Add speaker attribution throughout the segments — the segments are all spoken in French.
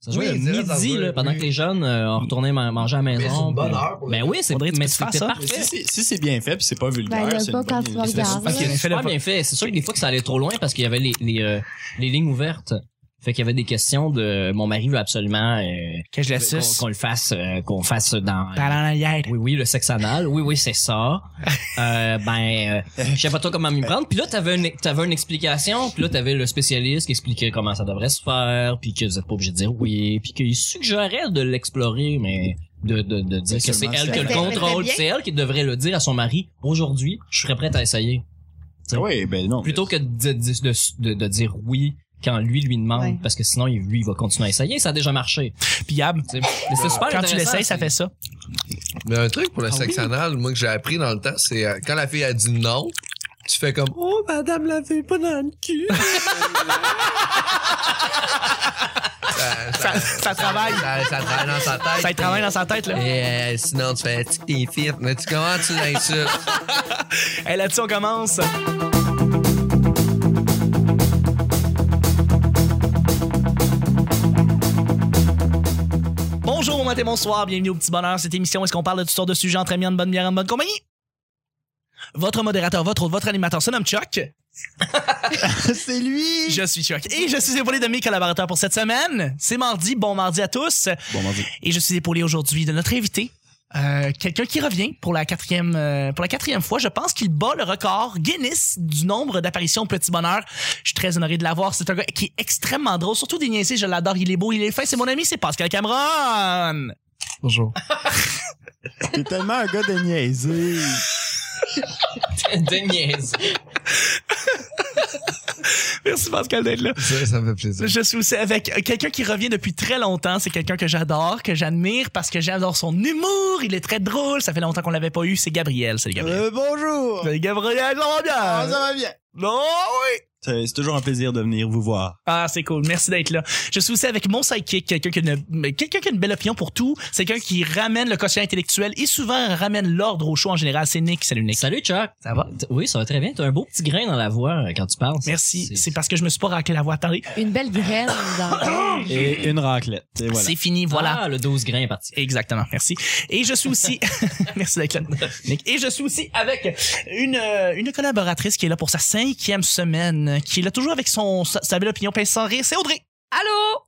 Speaker 1: Ça jouait
Speaker 2: Oui,
Speaker 1: le
Speaker 2: direct dans
Speaker 1: midi,
Speaker 2: le-
Speaker 1: là, pendant
Speaker 2: oui.
Speaker 1: que les jeunes euh, ont retourné ma- manger à la
Speaker 2: Mais c'est
Speaker 1: maison.
Speaker 2: une bonne
Speaker 1: puis-
Speaker 2: heure pour le-
Speaker 1: Ben oui, c'est
Speaker 3: On dirait que tu
Speaker 1: mais
Speaker 3: peux te
Speaker 1: c'était
Speaker 3: faire ça.
Speaker 1: parfait.
Speaker 4: Si c'est- si c'est bien fait puis c'est pas vulgaire,
Speaker 5: Ben, il y a
Speaker 4: c'est
Speaker 5: pas
Speaker 4: une
Speaker 5: quand
Speaker 4: bonne
Speaker 5: tu
Speaker 4: idée.
Speaker 5: vas regarder.
Speaker 3: Ok,
Speaker 1: C'était
Speaker 3: mais fais-le
Speaker 1: super
Speaker 3: pas.
Speaker 1: bien fait. C'est sûr que des fois que ça allait trop loin parce qu'il y avait les, les, euh, les lignes ouvertes. Fait qu'il y avait des questions de mon mari veut absolument euh,
Speaker 3: Que je la
Speaker 1: qu'on
Speaker 3: suce.
Speaker 1: qu'on le fasse euh, qu'on fasse dans
Speaker 3: Pas dans la gueule.
Speaker 1: oui oui le sexe anal oui oui c'est ça euh, ben euh, je sais pas trop comment m'y prendre puis là t'avais une t'avais une explication puis là t'avais le spécialiste qui expliquait comment ça devrait se faire puis que vous êtes pas obligé de dire oui puis qu'il suggérait de l'explorer mais de, de, de dire que c'est
Speaker 4: seulement
Speaker 1: elle
Speaker 4: si
Speaker 1: qui a
Speaker 4: elle
Speaker 1: le
Speaker 5: fait-
Speaker 1: contrôle
Speaker 5: elle fait bien.
Speaker 1: c'est elle qui devrait le dire à son mari aujourd'hui je serais prête à essayer
Speaker 6: Ah
Speaker 4: Oui, ben non.
Speaker 1: plutôt que de, de, de- de dire oui quand lui lui demande
Speaker 5: Ouais.
Speaker 1: parce que sinon il- lui il va continuer à essayer ça a déjà marché
Speaker 3: Puis Gab,
Speaker 1: tu sais. mais c'est super
Speaker 3: quand tu
Speaker 1: intéressant,
Speaker 3: l'essayes, ça fait ça.
Speaker 2: Mais un truc pour le
Speaker 1: Ah
Speaker 2: sexe
Speaker 1: oui?
Speaker 2: anal, moi, que j'ai appris dans le temps, c'est euh, quand la fille a dit non, tu fais comme Oh, madame, l'avez pas dans le cul. ça,
Speaker 3: Ça,
Speaker 2: ça,
Speaker 3: ça travaille.
Speaker 2: ça- ça travaille dans sa tête.
Speaker 3: Ça y travaille dans sa tête, là.
Speaker 2: Et euh, sinon, tu fais tu t'es fit. Mais tu comment tu l'insultes?
Speaker 3: Hey, là-dessus, on commence. Bonjour, bon matin, bonsoir, bienvenue au Petit Bonheur. Cette émission, où est-ce qu'on parle de toutes sortes de sujets entre amis, en bonne bière, en bonne compagnie? Votre modérateur, votre hôte, votre animateur, se nomme Chuck.
Speaker 4: c'est lui.
Speaker 3: Je suis Chuck. Et je suis épaulé de mes collaborateurs pour cette semaine. C'est mardi, bon mardi à tous.
Speaker 4: Bon, mardi.
Speaker 3: Et je suis épaulé aujourd'hui de notre invité. euh, quelqu'un qui revient pour la quatrième euh, pour la quatrième fois je pense qu'il bat le record Guinness du nombre d'apparitions au petit bonheur je suis très honoré de l'avoir c'est un gars qui est extrêmement drôle surtout des niaiseries, je l'adore il est beau il est fin c'est mon ami c'est Pascal Cameron
Speaker 2: Bonjour.
Speaker 4: T'es tellement un gars de niaiser.
Speaker 1: de niaise.
Speaker 3: merci Pascal d'être là
Speaker 2: Ça, ça me fait plaisir.
Speaker 3: Je suis aussi avec euh, quelqu'un qui revient depuis très longtemps. C'est quelqu'un que j'adore, que j'admire parce que j'adore son humour. Il est très drôle. Ça fait longtemps qu'on l'avait pas eu. C'est Gabriel.
Speaker 6: Eh
Speaker 3: Salut Gabriel.
Speaker 4: Euh,
Speaker 6: Ben,
Speaker 4: bonjour.
Speaker 3: Salut Gabriel, ça va
Speaker 4: Ah,
Speaker 3: bien?
Speaker 4: ça va bien.
Speaker 3: Non, oui!
Speaker 6: C'est c'est toujours un plaisir de venir vous voir.
Speaker 3: Ah, c'est cool. Merci d'être là. Je suis aussi avec mon sidekick, quelqu'un qui, a une- quelqu'un qui a une belle opinion pour tout. C'est quelqu'un qui ramène le quotient intellectuel et souvent ramène l'ordre au show en général. C'est Nick. Salut Nick.
Speaker 1: Salut Chuck.
Speaker 3: Ça va?
Speaker 1: T- Oui, ça va très bien. T'as un beau petit grain dans la voix euh, quand tu parles.
Speaker 3: Merci.
Speaker 1: C'est-
Speaker 3: C'est parce que je me suis pas raclé la voix. Attendez.
Speaker 5: Une belle graine dans
Speaker 6: Et une raclette. Et voilà.
Speaker 3: C'est fini. Voilà.
Speaker 1: Ah, le 12 grain est parti.
Speaker 3: Exactement, merci. Et je suis aussi, merci d'être là, Nick. Et je suis aussi avec une, euh, une collaboratrice qui est là pour sa cinquième semaine, qui est là toujours avec son, sa, sa belle opinion pince sans rire, c'est Audrey.
Speaker 5: Allô?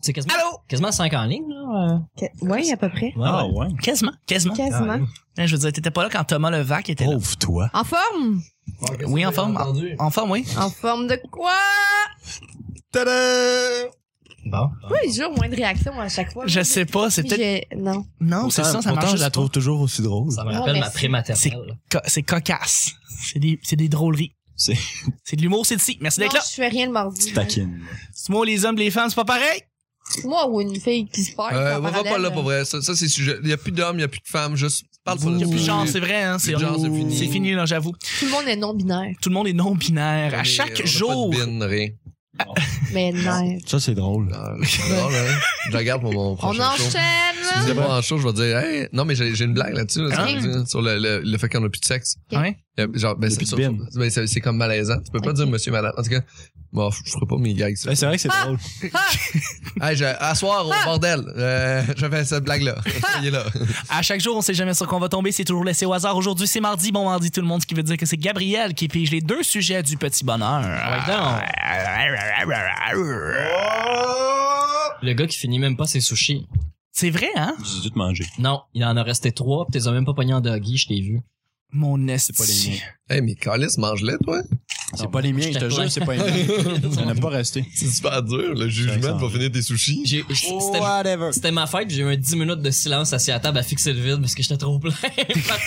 Speaker 1: C'est quasiment,
Speaker 3: Allô?
Speaker 1: quasiment 5 en ligne. là.
Speaker 5: Oui, à peu près.
Speaker 6: Ah ouais.
Speaker 3: Quasiment, quasiment.
Speaker 5: Quasiment.
Speaker 3: Hein, Je veux dire, t'étais pas là quand Thomas Levac était
Speaker 2: Oh.
Speaker 3: là.
Speaker 6: Pauvre toi.
Speaker 5: En forme?
Speaker 3: Ah, Oui, en forme.
Speaker 2: Entendu.
Speaker 3: En forme, oui.
Speaker 5: En forme de quoi?
Speaker 4: Tada!
Speaker 1: Bon.
Speaker 5: Pourquoi les gens ont moins de réaction à chaque fois?
Speaker 3: Je sais pas, c'est peut-être,
Speaker 5: J'ai- Non.
Speaker 6: Oh,
Speaker 3: non, c'est ça, ça marche.
Speaker 6: pourtant, je
Speaker 3: juste
Speaker 6: la trouve toujours aussi drôle.
Speaker 1: Ça me
Speaker 5: Oh,
Speaker 1: rappelle ma
Speaker 5: merci.
Speaker 1: prématernelle.
Speaker 3: pas. Co- C'est cocasse. C'est des, c'est des drôleries.
Speaker 6: C'est-
Speaker 3: C'est de l'humour, c'est d'ici. Merci
Speaker 5: Non,
Speaker 3: d'être là.
Speaker 5: je fais rien le mardi.
Speaker 6: Tu taquines.
Speaker 3: Moi, les hommes, les femmes, c'est pas pareil.
Speaker 5: Moi ou une fille qui se perd.
Speaker 2: Euh,
Speaker 5: en
Speaker 2: va, va pas
Speaker 5: parallèle,
Speaker 2: là pour vrai. Ça, ça, c'est sujet. Il y a plus d'hommes, il y a plus de femmes. Juste parle pas
Speaker 3: Il y a
Speaker 2: là-dessus.
Speaker 3: plus de genre, c'est vrai, hein. C'est
Speaker 2: Plus de genre, c'est fini.
Speaker 3: c'est fini, là, j'avoue.
Speaker 5: Tout le monde est non-binaire.
Speaker 3: Tout le monde est non-binaire.
Speaker 2: On est-
Speaker 3: À
Speaker 2: on a
Speaker 3: chaque
Speaker 2: pas de
Speaker 3: jour,
Speaker 2: bine, rien.
Speaker 5: Mais non.
Speaker 6: Ça, c'est drôle.
Speaker 2: Ah, c'est drôle, hein? Je la garde pour mon
Speaker 5: On
Speaker 2: prochain show. Si vous
Speaker 5: enchaîne!
Speaker 2: êtes pas en show, je vais dire, hey, non, mais j'ai j'ai une blague là-dessus, là,
Speaker 3: Hein?
Speaker 2: sur le- sur le, le, le fait qu'on a plus de sexe.
Speaker 3: Ouais.
Speaker 2: Euh, Genre, ben,
Speaker 6: Il y a
Speaker 2: c'est
Speaker 6: plus de
Speaker 2: sur-
Speaker 6: bine.
Speaker 2: ben, c'est- c'est comme malaisant. Tu peux pas
Speaker 5: Ok.
Speaker 2: dire monsieur, madame. En tout cas, bon, je ferai pas mes gags. ça.
Speaker 6: Ouais, Ben, c'est vrai que c'est
Speaker 5: Ah!
Speaker 6: drôle.
Speaker 5: Ah!
Speaker 2: hey, je, asseoir
Speaker 3: Ah!
Speaker 2: au bordel. Euh, je fais cette blague-là. Soyez là.
Speaker 3: à chaque jour, on sait jamais sur quoi on va tomber. C'est toujours laissé au hasard. Aujourd'hui, c'est mardi. Bon mardi, tout le monde. Ce qui veut dire que c'est Gabriel qui pige les deux sujets du petit bonheur.
Speaker 1: Pardon.
Speaker 3: Ah,
Speaker 1: Le gars qui finit même pas ses sushis.
Speaker 3: C'est vrai, hein?
Speaker 6: J'ai tout mangé.
Speaker 1: Non, il en a resté trois, pis t'es même pas pogné en doggy, je t'ai vu.
Speaker 3: Mon
Speaker 6: C'est pas les
Speaker 3: esti.
Speaker 6: miens.
Speaker 2: hey, mais Calis, mange-les, toi.
Speaker 6: C'est pas les miens, je
Speaker 1: Je
Speaker 6: te
Speaker 1: t'ai pas-
Speaker 6: jure, c'est pas les miens. Ça n'a pas resté.
Speaker 2: C'est super dur, le jugement pour finir tes sushis.
Speaker 1: J'ai- C'était
Speaker 3: Oh,
Speaker 6: Whatever.
Speaker 1: c'était ma fête, pis j'ai eu un 10 minutes de silence assis à table à fixer le vide parce que j'étais trop plein. Par-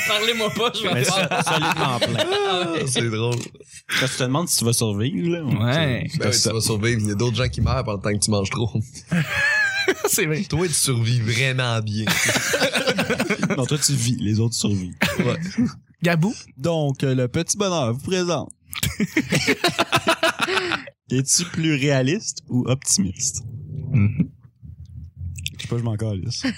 Speaker 1: Parlez-moi pas, je vais
Speaker 6: Mais
Speaker 1: pas.
Speaker 6: ça, solidement plein.
Speaker 2: Ah, C'est drôle.
Speaker 6: Quand tu te demandes si tu vas survivre, là.
Speaker 3: Ouais.
Speaker 6: c'est-
Speaker 2: Ben, oui,
Speaker 6: c'est
Speaker 2: tu
Speaker 6: ça.
Speaker 2: vas survivre. Il y a d'autres gens qui meurent pendant que tu manges trop.
Speaker 3: c'est vrai.
Speaker 2: Toi, tu survis vraiment bien.
Speaker 6: Non, toi, tu vis, les autres survivent.
Speaker 2: Ouais.
Speaker 3: Gabou?
Speaker 6: Donc, euh, le petit bonheur vous présente.
Speaker 3: Mm-hmm.
Speaker 6: Es-tu plus réaliste ou optimiste? Je peux pas, je m'en calisse.
Speaker 3: C'est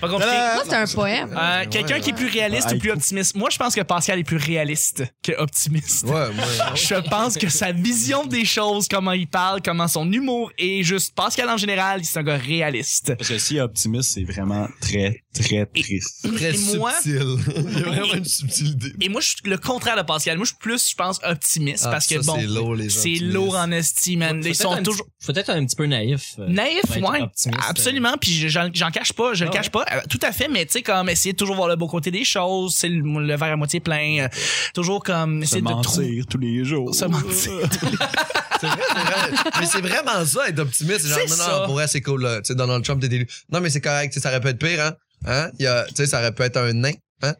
Speaker 3: pas compliqué.
Speaker 5: Moi, Ah, c'est un poème.
Speaker 3: Euh, Quelqu'un qui est plus réaliste
Speaker 6: Ouais.
Speaker 3: ou plus optimiste? Moi, je pense que Pascal est plus réaliste que optimiste.
Speaker 2: Ouais, moi.
Speaker 3: Je pense que sa vision des choses, comment il parle, comment son humour est juste. Pascal, en général, c'est un gars réaliste.
Speaker 6: Parce que si optimiste, c'est vraiment très, très triste.
Speaker 2: Très
Speaker 3: Et moi-
Speaker 2: subtil. Il y a vraiment une subtilité.
Speaker 3: Et moi, je suis le contraire de Pascal. Moi, je suis plus, je pense, optimiste
Speaker 2: Ah,
Speaker 3: parce que,
Speaker 2: ça,
Speaker 3: bon,
Speaker 2: c'est lourd, les gens
Speaker 3: c'est
Speaker 2: optimistes.
Speaker 3: lourd en estime, man. Ils sont toujours
Speaker 1: Faut être un petit peu naïf. euh,
Speaker 3: naïfs,
Speaker 1: pour être
Speaker 3: ouais.
Speaker 1: optimiste. euh.
Speaker 3: Absolument, puis je- j'en j'en cache pas, je le
Speaker 1: Ah
Speaker 3: cache pas, euh, tout à fait, mais tu sais, comme essayer de toujours voir le beau côté des choses, c'est le, le verre à moitié plein, euh, toujours comme
Speaker 6: Se
Speaker 3: essayer de trouver...
Speaker 6: mentir tous les jours.
Speaker 3: Se mentir.
Speaker 2: C'est vrai, c'est vrai. mais c'est vraiment ça, être optimiste. C'est Genre,
Speaker 3: C'est
Speaker 2: non, non,
Speaker 3: ça.
Speaker 2: pour vrai, c'est cool. là. Tu sais, Donald Trump, t'es élu. Non, mais c'est correct. Tu sais, ça aurait pu être pire, hein. Hein? Il y a, tu sais, ça aurait pu être un nain. Hein?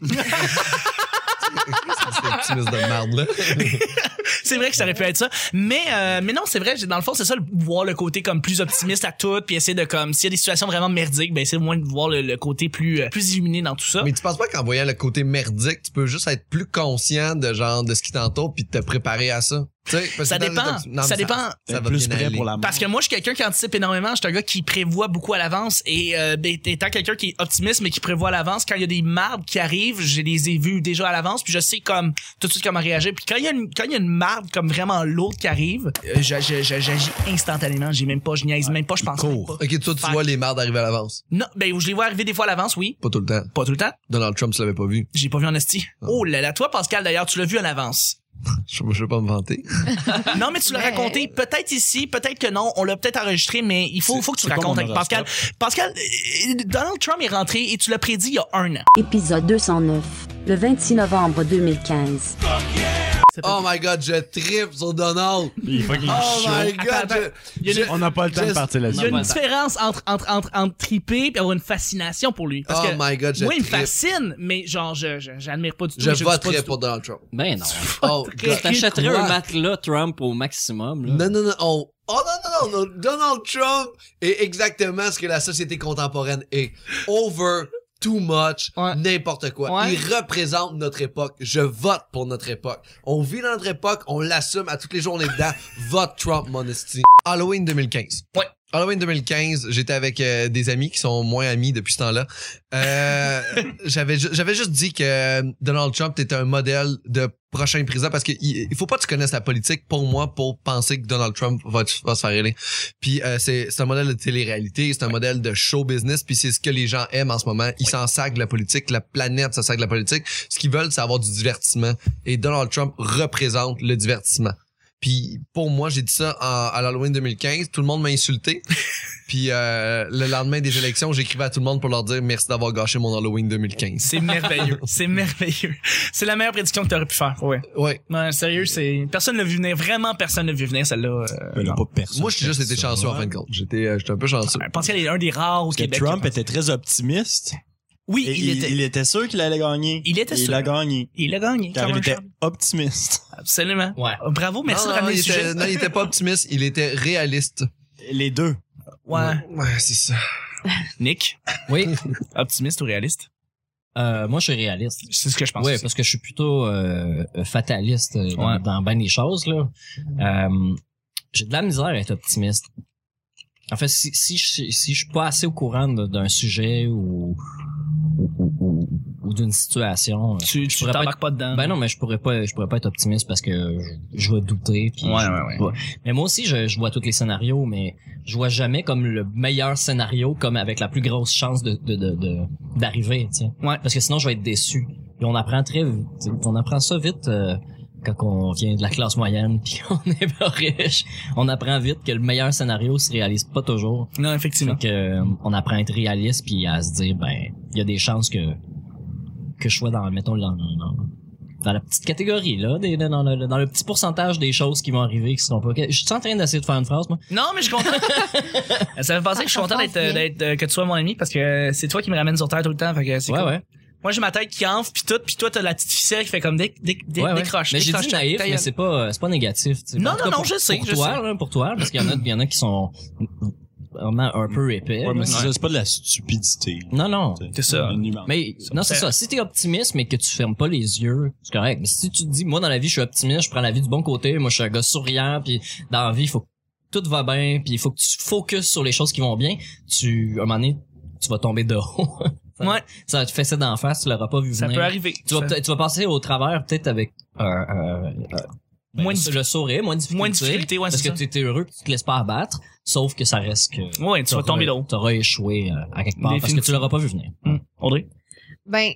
Speaker 2: c'est optimiste de merde, là.
Speaker 3: C'est vrai que ça aurait pu être ça. Mais, euh, mais non, c'est vrai, dans le fond, c'est ça, le- voir le côté comme plus optimiste à tout, puis essayer de comme, s'il y a des situations vraiment merdiques, ben essayer au moins de voir le, le côté plus, euh, plus illuminé dans tout ça.
Speaker 2: Mais tu penses pas qu'en voyant le côté merdique, tu peux juste être plus conscient de genre de ce qui t'entoure puis te préparer à ça. Tu sais, parce
Speaker 3: ça
Speaker 2: que dans
Speaker 3: dépend,
Speaker 2: les opti- non, mais
Speaker 3: ça dépend.
Speaker 6: T'es
Speaker 2: va
Speaker 6: plus
Speaker 2: bien
Speaker 6: prêt
Speaker 2: aller.
Speaker 6: pour la mort.
Speaker 3: Parce que moi, je suis quelqu'un qui anticipe énormément. Je suis un gars qui prévoit beaucoup à l'avance. Et euh, ben, étant quelqu'un qui est optimiste, mais qui prévoit à l'avance, quand il y a des mardes qui arrivent, je les ai vus déjà à l'avance, puis je sais comme tout de suite comment réagir. Puis quand il y a une, quand il y a une marde comme vraiment lourde qui arrive, euh, je- je- je- j'agis instantanément. J'ai même pas, je niaise même pas, je pense même pas.
Speaker 2: Ok, toi, tu
Speaker 3: Fact.
Speaker 2: vois les merdes arriver à l'avance.
Speaker 3: Non, ben, je les vois arriver des fois à l'avance, oui.
Speaker 2: Pas tout le temps.
Speaker 3: Pas tout le temps.
Speaker 2: Donald Trump, tu l'avais pas vu.
Speaker 3: J'ai pas vu en esti. Oh là là, toi, Pascal, d'ailleurs, tu l'as vu à l'avance.
Speaker 2: Je, je vais pas me vanter.
Speaker 3: Non, mais tu l'as
Speaker 5: Mais-
Speaker 3: raconté. Peut-être ici, peut-être que non. On l'a peut-être enregistré, mais il faut, faut que tu le
Speaker 6: c'est pas
Speaker 3: racontes
Speaker 6: mon
Speaker 3: avec Pascal. Pascal, euh, Donald Trump est rentré et tu l'as prédit il y a un an.
Speaker 7: Épisode 209, le 26 novembre 2015.
Speaker 2: Oh my god, je tripe sur Donald.
Speaker 6: Il est fucking
Speaker 2: Oh
Speaker 6: chaud.
Speaker 2: my
Speaker 3: Attends,
Speaker 2: god.
Speaker 3: attends.
Speaker 2: je-
Speaker 3: Il y a
Speaker 2: je-
Speaker 3: des-
Speaker 6: On n'a pas le temps de
Speaker 2: Just-
Speaker 6: partir
Speaker 3: Il y a
Speaker 6: là-dessus.
Speaker 3: une différence entre, entre, entre, entre triper et avoir une fascination pour lui. Parce
Speaker 2: Oh
Speaker 3: que
Speaker 2: my god, je
Speaker 3: moi, il me
Speaker 2: tripe.
Speaker 3: fascine, mais genre, je, je- j'admire pas du tout.
Speaker 2: Je
Speaker 3: mais je dis pas
Speaker 2: voterai
Speaker 3: du tout.
Speaker 2: pour Donald Trump.
Speaker 1: Ben non.
Speaker 2: Oh,
Speaker 1: Je
Speaker 2: God.
Speaker 1: t'achèterais
Speaker 2: Quoi?
Speaker 1: un matelas Trump au maximum. Là.
Speaker 2: Non, non, non. Oh, oh, non, non, non, non. Donald Trump est exactement ce que la société contemporaine est. Over, too much,
Speaker 3: Ouais.
Speaker 2: n'importe quoi.
Speaker 3: Ouais.
Speaker 2: Il représente notre époque. Je vote pour notre époque. On vit dans notre époque, on l'assume à toutes les journées dedans. Vote Trump, mon esti. Halloween 2015.
Speaker 3: Ouais.
Speaker 2: Halloween 2015, j'étais avec euh, des amis qui sont moins amis depuis ce temps-là. Euh, j'avais ju- j'avais juste dit que euh, Donald Trump était un modèle de prochain président parce que il, il faut pas que tu connaisses la politique pour moi pour penser que Donald Trump va, t- va se faire élire. Puis euh, c'est c'est un modèle de télé-réalité, c'est un modèle de show business, puis c'est ce que les gens aiment en ce moment. Ils s'en sacrent de la politique, la planète s'en sacre de la politique. Ce qu'ils veulent, c'est avoir du divertissement. Et Donald Trump représente le divertissement. Puis pour moi, j'ai dit ça en- à l'Halloween 2015, tout le monde m'a insulté. Puis euh, le lendemain des élections, j'écrivais à tout le monde pour leur dire merci d'avoir gâché mon Halloween 2015.
Speaker 3: C'est merveilleux. c'est merveilleux. C'est la meilleure prédiction que t'aurais pu faire. Ouais.
Speaker 2: Ouais.
Speaker 3: Non, sérieux, c'est, personne ne l'a vu venir. Vraiment, personne ne l'a vu venir, celle-là. euh,
Speaker 6: Ben là, pas personne.
Speaker 2: Moi, j'ai juste été chanceux en fin de compte. J'étais euh, j'étais un peu chanceux.
Speaker 3: Pascal est un des rares au
Speaker 6: Parce que
Speaker 3: Québec.
Speaker 6: Trump était très optimiste.
Speaker 3: Oui,
Speaker 6: Et
Speaker 3: il, était.
Speaker 6: sûr qu'il allait gagner.
Speaker 3: Il était
Speaker 6: Il
Speaker 3: sûr.
Speaker 6: a gagné.
Speaker 3: Il a gagné.
Speaker 6: Car
Speaker 3: comme
Speaker 6: il
Speaker 3: un
Speaker 6: était
Speaker 3: champ.
Speaker 6: optimiste.
Speaker 3: Absolument.
Speaker 1: Ouais.
Speaker 3: Oh, Bravo, merci
Speaker 2: non,
Speaker 3: de
Speaker 2: non, il
Speaker 3: ramener le
Speaker 2: était-
Speaker 3: sujet.
Speaker 2: non, il était pas optimiste, il était réaliste.
Speaker 6: Les deux.
Speaker 3: Ouais.
Speaker 2: Ouais, c'est ça.
Speaker 3: Nick,
Speaker 1: Oui.
Speaker 3: optimiste ou réaliste?
Speaker 1: Euh, moi, je suis réaliste.
Speaker 3: C'est ce que je pense.
Speaker 1: Ouais,
Speaker 3: aussi.
Speaker 1: parce que je suis plutôt euh, fataliste euh, dans,
Speaker 3: Ouais.
Speaker 1: dans ben des choses là. Euh, j'ai de la misère à être optimiste. En fait, si si je si je suis pas assez au courant de- d'un sujet ou ou, ou- ou- ou d'une situation, euh,
Speaker 3: tu, tu
Speaker 1: pourrais pas
Speaker 3: t'embarques pas dedans.
Speaker 1: ben non, mais je pourrais pas je pourrais pas être optimiste parce que je, je vais douter puis
Speaker 3: Ouais,
Speaker 1: je-
Speaker 3: ouais, ouais.
Speaker 1: Mais moi aussi je, je vois tous les scénarios mais je vois jamais comme le meilleur scénario comme avec la plus grosse chance de de de- de- d'arriver, tu sais
Speaker 3: Ouais.
Speaker 1: parce que sinon je vais être déçu. Et on apprend très vite, on apprend ça vite euh, quand on vient de la classe moyenne puis on est pas riche. On apprend vite que le meilleur scénario se réalise pas toujours.
Speaker 3: Non,
Speaker 1: Fait
Speaker 3: effectivement.
Speaker 1: que euh, on apprend à être réaliste puis à se dire ben il y a des chances que que je sois dans mettons dans, dans, dans la petite catégorie là, des- dans, le, dans le petit pourcentage des choses qui vont arriver qui seront pas. Je suis en train d'essayer de faire une phrase moi.
Speaker 3: Non, mais je suis content. ça fait penser que je suis content d'être, euh, d'être, euh, que tu sois mon ami parce que euh, c'est toi qui me ramène sur terre tout le temps. Fait que c'est
Speaker 1: Ouais
Speaker 3: cool.
Speaker 1: ouais.
Speaker 3: Moi, j'ai ma tête qui enfle puis tout, puis toi, t'as la petite ficelle qui fait comme dé, dé, dé-
Speaker 1: ouais, ouais.
Speaker 3: décroche.
Speaker 1: Mais j'ai
Speaker 3: décroche,
Speaker 1: dit naïf,
Speaker 3: ta
Speaker 1: mais
Speaker 3: gueule.
Speaker 1: c'est pas, euh, c'est pas négatif. tu sais.
Speaker 3: Non,
Speaker 1: En tout
Speaker 3: non,
Speaker 1: cas,
Speaker 3: non,
Speaker 1: pour-
Speaker 3: je sais,
Speaker 1: Pour
Speaker 3: je
Speaker 1: toi,
Speaker 3: sais.
Speaker 1: là, pour toi, parce qu'il y en a, il y en a qui sont vraiment un peu épais.
Speaker 6: Ouais, mais
Speaker 1: là.
Speaker 6: c'est ça, c'est pas de la stupidité.
Speaker 1: Non,
Speaker 6: là.
Speaker 1: non.
Speaker 6: C'est-
Speaker 3: C'est ça. Ben,
Speaker 6: une nuance.
Speaker 1: Mais non, c'est ça. Si t'es optimiste mais que tu fermes pas les yeux, c'est correct. Mais si tu te dis, moi dans la vie, je suis optimiste, je prends la vie du bon côté, moi je suis un gars souriant, puis dans la vie, il faut tout va bien, puis il faut que tu focuses sur les choses qui vont bien, tu, à un moment donné, tu vas tomber de haut. ça,
Speaker 3: Ouais.
Speaker 1: Ça te fait ça d'en face, tu l'auras pas vu
Speaker 3: Ça
Speaker 1: venir.
Speaker 3: peut arriver.
Speaker 1: Tu vas,
Speaker 3: Ça-
Speaker 1: peut-être- tu vas passer au travers peut-être avec un- un- un- ben,
Speaker 3: Moins de
Speaker 1: le, le sourire, moins de difficulté.
Speaker 3: Moins de difficulté, ouais,
Speaker 1: parce
Speaker 3: c'est
Speaker 1: que
Speaker 3: ça.
Speaker 1: tu étais heureux, que tu te laisses pas abattre, sauf que ça reste que
Speaker 3: Ouais, tu vas tomber là-haut.
Speaker 1: Tu auras échoué euh, à quelque part parce que tu l'auras pas vu venir.
Speaker 3: Mm. Audrey?
Speaker 5: Ben,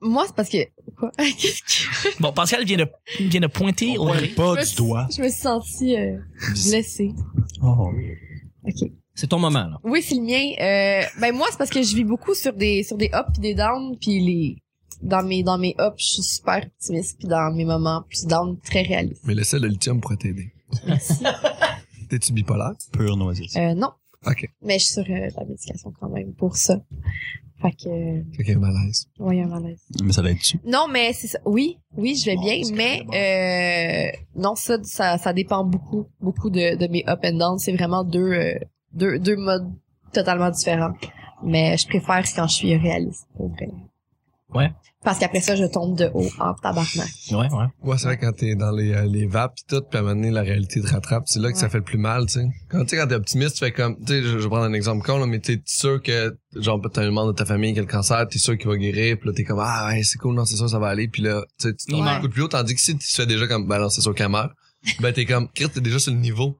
Speaker 5: moi, c'est parce que. Quoi? Qu'est-ce que.
Speaker 3: Bon, Pascal vient de, vient de pointer Audrey.
Speaker 5: je
Speaker 6: Pas
Speaker 5: me
Speaker 6: du
Speaker 5: suis-
Speaker 6: doigt.
Speaker 5: Je me suis sentie euh, blessée.
Speaker 6: Oh.
Speaker 1: C'est ton moment, là.
Speaker 5: Oui, c'est le mien. Euh, ben moi, c'est parce que je vis beaucoup sur des sur des ups puis des downs, puis les dans mes dans mes ups, je suis super optimiste, puis dans mes moments plus down, très réaliste.
Speaker 2: Mais le sel de lithium pourrait t'aider.
Speaker 5: Merci.
Speaker 2: T'es-tu bipolaire?
Speaker 6: Pure noisette.
Speaker 5: Euh, non.
Speaker 2: Ok.
Speaker 5: Mais je suis sur euh, la médication quand même pour ça. Fait que euh,
Speaker 2: Fait qu'il y a un malaise.
Speaker 5: ouais, un malaise.
Speaker 6: Mais ça va être dessus.
Speaker 5: Non, mais c'est ça. Oui, oui, je vais
Speaker 6: Bon,
Speaker 5: bien,
Speaker 6: c'est
Speaker 5: mais euh, non, ça, ça, ça dépend beaucoup, beaucoup de, de mes up and down. C'est vraiment deux, euh, deux, deux modes totalement différents. Mais je préfère quand je suis réaliste, pour vrai.
Speaker 1: Ouais.
Speaker 5: Parce qu'après ça, je tombe de haut en tabarnak.
Speaker 1: Ouais, ouais.
Speaker 2: Ouais, c'est vrai, quand t'es dans les, euh, les vapes pis tout, pis à un moment donné, la réalité te rattrape, c'est là que ça
Speaker 5: Ouais.
Speaker 2: fait le plus mal, tu sais. Quand, tu sais, quand t'es optimiste, tu fais comme, tu sais, je, je vais prendre un exemple con, là, mais t'es sûr que, genre, peut-être t'as un membre de ta famille qui a le cancer, t'es sûr qu'il va guérir, pis là, t'es comme, ah, ouais, c'est cool, non, c'est sûr, ça va aller, pis là, tu sais, tu t'en
Speaker 5: Ouais.
Speaker 2: mets un coup de plus haut, tandis que si tu fais déjà comme, ben non, c'est sûr qu'elle meurt, ben t'es comme, Chris, t'es déjà sur le niveau.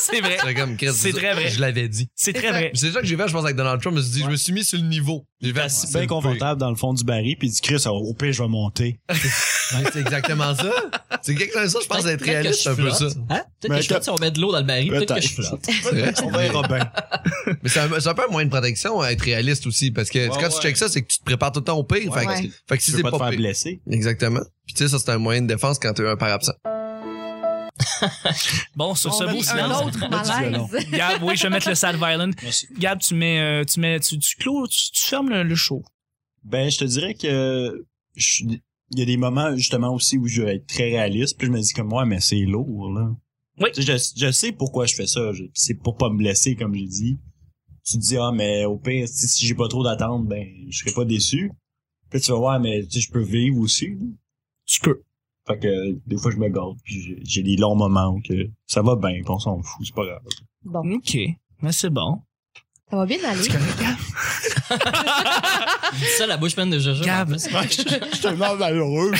Speaker 3: C'est vrai.
Speaker 2: T'es comme, Chris,
Speaker 3: C'est
Speaker 2: ça,
Speaker 3: très vrai.
Speaker 2: Je l'avais dit.
Speaker 3: C'est très vrai.
Speaker 2: Pis C'est déjà que j'ai fait, je pense, avec Donald Trump, je me suis dit, je me suis mis sur le niveau. J'ai fait,
Speaker 6: C'est
Speaker 2: le
Speaker 6: bien
Speaker 2: pire.
Speaker 6: confortable dans le fond du baril, puis il dit Chris, au pire, je vais monter.
Speaker 2: Ouais, c'est exactement ça. C'est quelque chose, je pense,
Speaker 1: Peut-être-
Speaker 2: d'être
Speaker 1: peut-être que
Speaker 2: réaliste,
Speaker 1: je
Speaker 2: un peu ça.
Speaker 1: flotte. Hein? Peut-être que
Speaker 6: Mais
Speaker 1: je flotte si on met de l'eau dans le baril, peut-être que je
Speaker 6: Peut-être.
Speaker 1: flotte.
Speaker 2: C'est vrai.
Speaker 6: On verra bien.
Speaker 2: Mais c'est un, c'est un peu un moyen de protection à être réaliste aussi, parce que
Speaker 6: Ouais,
Speaker 2: quand tu
Speaker 6: ouais.
Speaker 2: checkes ça, c'est que tu te prépares tout le temps au pire.
Speaker 6: Ouais.
Speaker 2: fait, que-
Speaker 5: Ouais.
Speaker 2: fait que si c'est
Speaker 6: Tu veux pas te
Speaker 2: pas
Speaker 6: faire
Speaker 2: pire.
Speaker 6: blesser.
Speaker 2: Exactement. Puis tu sais, ça c'est un moyen de défense quand t'as un par absent.
Speaker 3: Bon, sur ce
Speaker 5: On
Speaker 3: beau
Speaker 5: vit
Speaker 3: silence.
Speaker 5: un autre
Speaker 6: violon.
Speaker 5: malaise.
Speaker 3: Gab, oui, je vais mettre le sad violin. Gab, tu mets, euh, tu mets, tu, tu clôt, tu, tu fermes le, le show.
Speaker 6: Ben, je te dirais que je suis- il y a des moments justement aussi où je vais être très réaliste, puis je me dis comme moi, mais c'est lourd là.
Speaker 3: Oui.
Speaker 6: Tu sais, Je, je sais pourquoi je fais ça. je- C'est pour pas me blesser, comme j'ai dit. Tu te dis ah mais au pire si, si j'ai pas trop d'attente, ben je serai pas déçu. Puis tu vas voir mais tu sais, je peux vivre aussi. là.
Speaker 3: Tu peux.
Speaker 6: Fait que des fois je me garde, puis j'ai- j'ai des longs moments où que ça va bien, puis on s'en fout, c'est pas grave.
Speaker 5: Bon,
Speaker 3: OK. Mais c'est bon.
Speaker 5: ça va bien aller.
Speaker 3: correct, Gab?
Speaker 1: Dis ça, la bouche pleine de Jojo.
Speaker 3: Gab.
Speaker 1: en plus.
Speaker 4: Je suis tellement malheureux.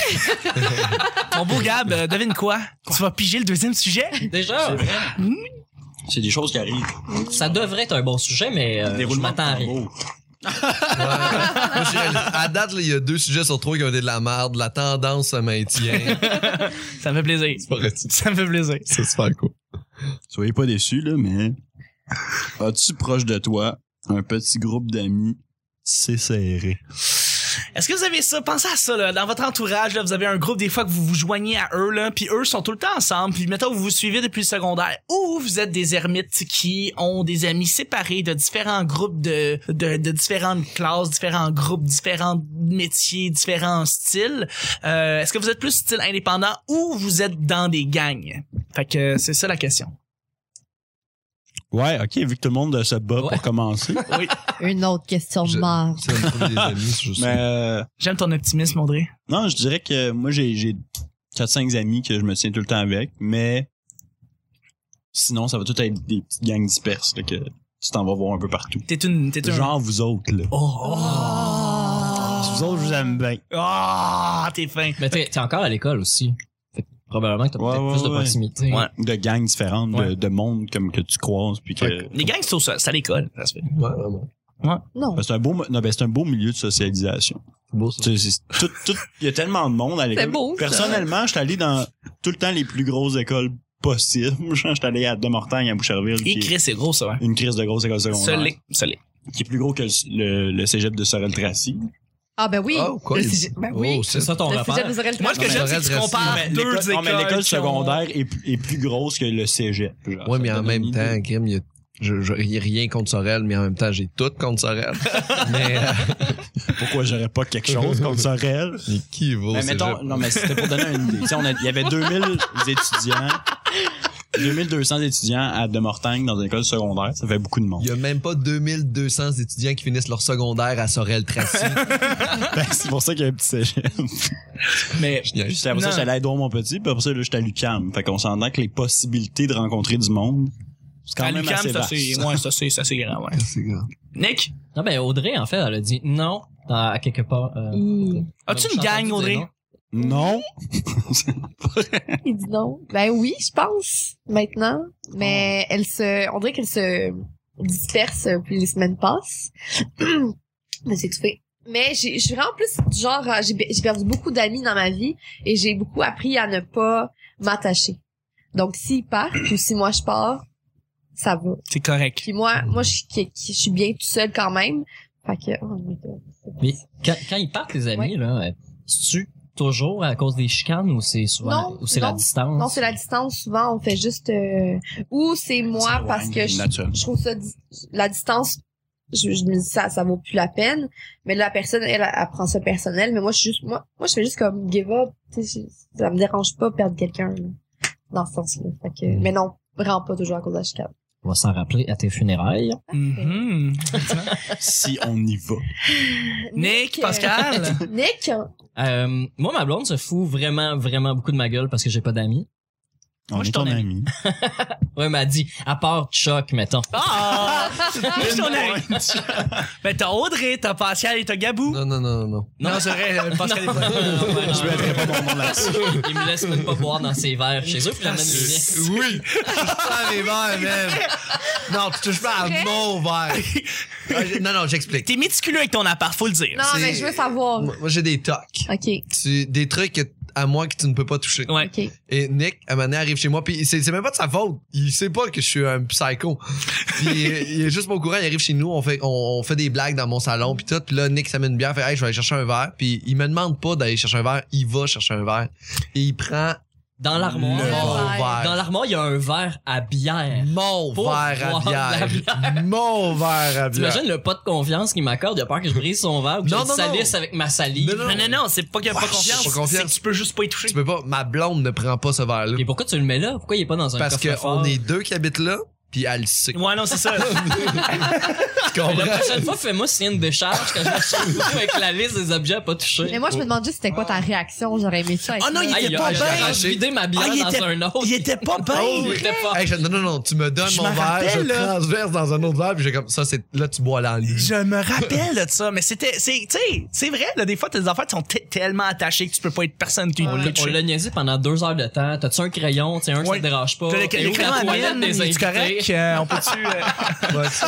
Speaker 3: Mon beau Gab, euh, devine quoi? Tu vas piger le deuxième sujet?
Speaker 1: Déjà,
Speaker 6: C'est des choses qui arrivent.
Speaker 1: ça devrait être un bon sujet, mais euh, je
Speaker 6: Déroulement de
Speaker 1: m'attends à rien.
Speaker 6: tambour.
Speaker 2: Ouais. Moi, je suis réaliste. à date, là, il y a deux sujets sur trois qui ont été de la merde. La tendance se maintient.
Speaker 3: Ça me fait plaisir. Ça me fait plaisir.
Speaker 2: c'est super cool.
Speaker 6: Soyez pas déçus, là, mais as-tu proche de toi un petit groupe d'amis c'est serré?
Speaker 3: Est-ce que vous avez ça? Pensez à ça, là. Dans votre entourage, là, vous avez un groupe des fois que vous vous joignez à eux, là, puis eux sont tout le temps ensemble, puis mettons, vous vous suivez depuis le secondaire, ou vous êtes des ermites qui ont des amis séparés de différents groupes de, de, de différentes classes, différents groupes, différents métiers, différents styles. Euh, est-ce que vous êtes plus style indépendant ou vous êtes dans des gangs? Fait que euh, c'est ça la question.
Speaker 6: Ouais, ok, vu que tout le monde se bat
Speaker 1: Ouais.
Speaker 6: pour commencer.
Speaker 5: Une autre question
Speaker 2: Je-
Speaker 5: de mort.
Speaker 2: Ça me trouve des amis, c'est juste
Speaker 6: mais euh,
Speaker 3: J'aime ton optimisme, Audrey.
Speaker 6: non, je dirais que moi, j'ai, j'ai 4-5 amis que je me tiens tout le temps avec, mais sinon, ça va tout être des petites gangs disperses, là, que tu t'en vas voir un peu partout.
Speaker 3: T'es une, t'es un-
Speaker 6: Genre vous autres, là.
Speaker 3: Oh!
Speaker 6: Vous autres, je vous aime bien.
Speaker 3: Ah, t'es fin.
Speaker 1: Mais t'es t'es encore à l'école aussi. Fait que probablement que t'as
Speaker 6: Ouais,
Speaker 1: peut-être
Speaker 6: ouais,
Speaker 1: plus de
Speaker 6: ouais.
Speaker 1: proximité.
Speaker 3: Ouais.
Speaker 6: De gangs différentes, de,
Speaker 1: Ouais.
Speaker 6: de monde comme que tu croises, puis que...
Speaker 3: Les gangs, c'est au sol, c'est à l'école. Ça se fait.
Speaker 2: Ouais, vraiment.
Speaker 5: Non.
Speaker 6: Ben, C'est un beau, mo- non, ben, c'est un beau milieu de socialisation.
Speaker 2: C'est beau, ça.
Speaker 6: Tu sais, c'est- tout- tout- Il y a tellement de monde à l'école.
Speaker 5: C'est beau, ça.
Speaker 6: Personnellement, je suis allé dans tout le temps les plus grosses écoles possibles. Je suis allé à Demortagne, à Boucherville,
Speaker 3: Et
Speaker 6: qui est
Speaker 3: Chris, c'est gros, ça, ouais.
Speaker 6: une crise de grosse école secondaire,
Speaker 3: Solé, solé.
Speaker 6: qui est plus gros que le, le, le cégep de Sorel-Tracy.
Speaker 5: Ah ben oui.
Speaker 2: Oh, quoi?
Speaker 5: Le sujet- ben oui.
Speaker 2: Oh,
Speaker 1: C'est
Speaker 2: c'est
Speaker 1: ça ton
Speaker 5: Le
Speaker 1: rapport.
Speaker 5: sujet vous aurez le
Speaker 3: Moi, ce
Speaker 5: temps.
Speaker 3: que
Speaker 2: Non,
Speaker 3: j'aime,
Speaker 2: mais
Speaker 3: c'est que tu
Speaker 2: reste-
Speaker 3: compares
Speaker 6: Mais
Speaker 3: deux
Speaker 6: l'école-
Speaker 3: écoles.
Speaker 6: non, mais l'école
Speaker 3: qui ont-
Speaker 6: secondaire est, plus- est plus grosse que le cégep. genre.
Speaker 2: Ouais,
Speaker 6: Ça
Speaker 2: mais en
Speaker 6: donne
Speaker 2: même
Speaker 6: une
Speaker 2: temps,
Speaker 6: idée.
Speaker 2: Kim, il y a- je, je- il y a rien contre Sorel, mais en même temps, j'ai tout contre Sorel. mais, euh,
Speaker 6: Pourquoi j'aurais pas quelque chose contre Sorel?
Speaker 2: mais qui vaut
Speaker 6: Ben, mettons, non, mais c'était pour donner une idée. Tu sais, on a- Il y avait 2000 étudiants 2200 étudiants à Demortagne dans une école secondaire, ça fait beaucoup de monde.
Speaker 2: Il y a même pas 2200 étudiants qui finissent leur secondaire à Sorel-Tracy.
Speaker 6: Ben, c'est pour ça qu'il y a un petit cégep.
Speaker 3: Mais
Speaker 6: Puis après Ben, ça,
Speaker 3: Non.
Speaker 6: j'allais à Edouard Montpetit, puis après ça, là, j'étais à l'UQAM. Fait qu'on s'entend que les possibilités de rencontrer du monde, c'est quand
Speaker 3: à
Speaker 6: même
Speaker 3: l'UQAM,
Speaker 6: assez
Speaker 3: ça
Speaker 6: vaste.
Speaker 3: c'est ouais, ça c'est ça c'est grand, ouais.
Speaker 2: C'est grave.
Speaker 3: Nick,
Speaker 1: Non, ben Audrey, en fait, elle a dit non à à quelque part. euh,
Speaker 5: Il,
Speaker 3: as-tu
Speaker 1: elle a
Speaker 3: une
Speaker 1: juste
Speaker 3: gang
Speaker 1: entendu
Speaker 3: Audrey
Speaker 1: dire non.
Speaker 6: Non.
Speaker 5: il dit non. Ben oui, je pense, maintenant. Mais elle se, on dirait qu'elle se disperse, euh, puis les semaines passent. Mais c'est tout fait. Mais j'ai, je suis vraiment plus, du genre, euh, j'ai, j'ai perdu beaucoup d'amis dans ma vie et j'ai beaucoup appris à ne pas m'attacher. Donc, s'ils partent ou si moi je pars, ça va.
Speaker 3: C'est correct.
Speaker 5: Puis moi, moi, je suis, qui- qui- je suis bien toute seule quand même. Fait que, oh my God, c'est pas
Speaker 1: Mais
Speaker 5: ça.
Speaker 1: quand, quand ils partent, les amis,
Speaker 5: Ouais.
Speaker 1: là, euh, c'est-tu toujours à cause des chicanes ou c'est souvent,
Speaker 5: Non,
Speaker 1: ou c'est la
Speaker 5: non.
Speaker 1: distance?
Speaker 5: non, c'est la distance. Souvent, on fait juste, euh, ou c'est moi parce que je,
Speaker 6: Naturel.
Speaker 5: je trouve ça, di- la distance, je, je me dis ça, ça vaut plus la peine. Mais la personne, elle, elle, prend ça personnel. Mais moi, je suis juste, moi, moi, je fais juste comme give up. Tu sais, je- ça me dérange pas perdre quelqu'un, là, dans ce sens-là. Fait que,
Speaker 6: Mm.
Speaker 5: mais non, vraiment pas toujours à cause de la chicane.
Speaker 1: On va s'en rappeler à tes funérailles.
Speaker 3: Mhm.
Speaker 6: Si on y va.
Speaker 3: Nick,
Speaker 5: euh,
Speaker 3: Pascal,
Speaker 5: Nick,
Speaker 1: Euh, moi, ma blonde se fout vraiment, vraiment beaucoup de ma gueule parce que j'ai pas d'amis.
Speaker 6: On
Speaker 3: Moi, je
Speaker 6: est
Speaker 3: suis ton
Speaker 6: ton ami.
Speaker 1: Ouais, m'a dit, à part Chuck, mettons.
Speaker 3: Ah! Moi, je suis ton ami. Ben, t'as Audrey, t'as Pascal et t'as Gabou.
Speaker 2: Non, non, non, non, non.
Speaker 3: Non, c'est vrai, euh, Pascal est
Speaker 1: Non,
Speaker 3: pas.
Speaker 1: non, non, ouais, non,
Speaker 6: Je mettrai pas mon nom là-dessus.
Speaker 1: Il me laisse même pas boire dans ses verres chez eux, puis j'amène les miens.
Speaker 2: Oui! Ah, mes verres, même! Non, tu touches pas à
Speaker 5: C'est vrai?
Speaker 2: mon verre! Ah, j'ai- non, non, j'explique.
Speaker 3: T'es méticuleux avec ton appart, faut le dire.
Speaker 5: non,
Speaker 2: C'est-
Speaker 5: mais je veux savoir.
Speaker 2: Moi, moi, j'ai des tocs.
Speaker 5: Ok,
Speaker 2: Tu- Des trucs que- à moi que tu ne peux pas toucher.
Speaker 3: Ouais.
Speaker 5: ok.
Speaker 2: Et Nick, à un moment donné, arrive chez moi, puis c'est c'est même pas de sa faute. Il sait pas que je suis un psycho. Puis euh, il est juste pas au courant, il arrive chez nous, on fait, on, on fait des blagues dans mon salon, puis tout. Puis là, Nick s'amène une bière, fait « Hey, je vais aller chercher un verre. » Puis il me demande pas d'aller chercher un verre, il va chercher un verre. Et il prend
Speaker 1: Dans l'armoire.
Speaker 2: le bon
Speaker 5: verre.
Speaker 1: Dans l'armoire, il y a un verre à bière.
Speaker 2: Mon
Speaker 1: Pour
Speaker 2: verre à
Speaker 1: boire de la
Speaker 2: bière. Mon verre à bière.
Speaker 1: T'imagines le pas de confiance qu'il m'accorde, il a peur que je brise son verre ou que
Speaker 2: Non,
Speaker 1: je le
Speaker 2: non, non.
Speaker 1: salisse avec ma salive.
Speaker 2: Non,
Speaker 3: Non, non, non, c'est pas qu'il y a pas
Speaker 2: Ouais,
Speaker 3: confiance.
Speaker 2: pas confiance.
Speaker 3: C'est que tu peux juste pas y toucher.
Speaker 2: Tu peux pas, ma blonde ne prend pas ce verre-là.
Speaker 1: Et pourquoi tu le mets là? Pourquoi il est pas dans un
Speaker 2: Parce que
Speaker 1: coffre-fort?
Speaker 2: on est deux qui habitent là, puis elle le sait.
Speaker 3: Ouais, non, c'est ça.
Speaker 2: Tu comprends?
Speaker 1: Mais La prochaine fois, fais-moi signer une décharge quand je vais chez vous avec la liste des objets à pas toucher.
Speaker 5: Mais moi, je me demande juste c'était quoi ta réaction. J'aurais aimé ça. être
Speaker 3: Oh non,
Speaker 5: là.
Speaker 3: il
Speaker 1: Aïe,
Speaker 3: était
Speaker 1: aïe,
Speaker 3: pas
Speaker 1: aïe,
Speaker 3: bien.
Speaker 1: j'ai arraché vidé ma bière
Speaker 3: Ah, il
Speaker 1: dans
Speaker 3: était-
Speaker 1: un autre.
Speaker 3: Il était pas
Speaker 1: Oh, il
Speaker 3: bien.
Speaker 1: était pas-
Speaker 2: Hey, je- non, non, non, tu me donnes
Speaker 3: Je
Speaker 2: mon
Speaker 3: me
Speaker 2: verre,
Speaker 3: rappelle,
Speaker 2: je le
Speaker 3: là.
Speaker 2: transverse dans un autre verre, puis j'ai comme ça, c'est là, tu bois l'enlit.
Speaker 3: Je me rappelle de ça, mais c'était, c'est, tu sais, c'est vrai, là, des fois, tes affaires sont te- tellement attachées que tu peux pas être personne qui
Speaker 1: On
Speaker 3: peut
Speaker 1: l'a- on l'a
Speaker 3: toucher.
Speaker 1: niaisé pendant deux heures de temps. T'as-tu un crayon? T'sais, un, ça
Speaker 3: Ouais.
Speaker 1: te dérange pas.
Speaker 3: Le-
Speaker 1: T'es
Speaker 3: le-
Speaker 1: où
Speaker 3: l'écran
Speaker 1: la
Speaker 3: à
Speaker 1: toilette
Speaker 3: mine,
Speaker 1: des
Speaker 3: c'est
Speaker 1: invités?
Speaker 3: correct, euh, on peut-tu, euh,
Speaker 2: Ouais, c'est-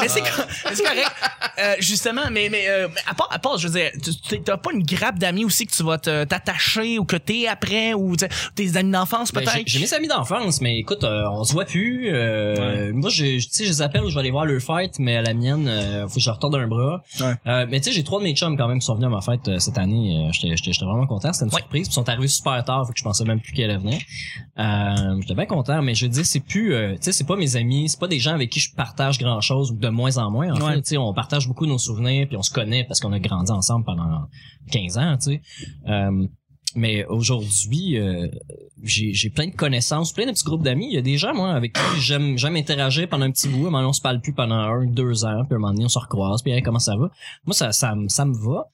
Speaker 3: mais c'est cor- mais c'est correct. Euh, justement, mais, mais euh, mais à, part, à part, je veux dire, tu- tu- t'as pas une grappe d'amis aussi que tu vas te- t'attacher ou que t'es après ou tu sais, tes amis d'enfance
Speaker 1: Ben,
Speaker 3: peut-être?
Speaker 1: j'ai- j'ai mes amis d'enfance, mais écoute, euh, on se voit plus. euh, Moi, j'ai- tu sais, je les appelle, je vais aller voir leur fête, mais à la mienne, euh, faut que je leur torde un bras.
Speaker 6: Ouais.
Speaker 1: Euh, mais tu sais, j'ai trois de mes chums quand même qui sont venus à ma fête euh, cette année. Euh, J'étais j'étais- j'étais vraiment content, c'était une
Speaker 3: Ouais.
Speaker 1: surprise. Ils sont arrivés super tard, fait que je pensais même plus qu'elle venait. Euh, J'étais bien content, mais je dis, c'est plus, euh, tu sais, c'est pas mes amis, c'est pas des gens avec qui je partage grand chose ou de moins en moins. En
Speaker 3: Ouais.
Speaker 1: fait, tu sais, on partage beaucoup nos souvenirs, puis on se connaît parce qu'on a grandi ensemble pendant 15 ans, tu sais. Euh, mais aujourd'hui, euh, j'ai j'ai plein de connaissances, plein de petits groupes d'amis. Il y a des gens, moi, avec qui j'aime j'aime interagir pendant un petit bout. À un moment donné, on se parle plus pendant un, deux ans. Puis à un moment donné, on se recroise. Puis hey, comment ça va? Moi, ça, ça, me- ça me va.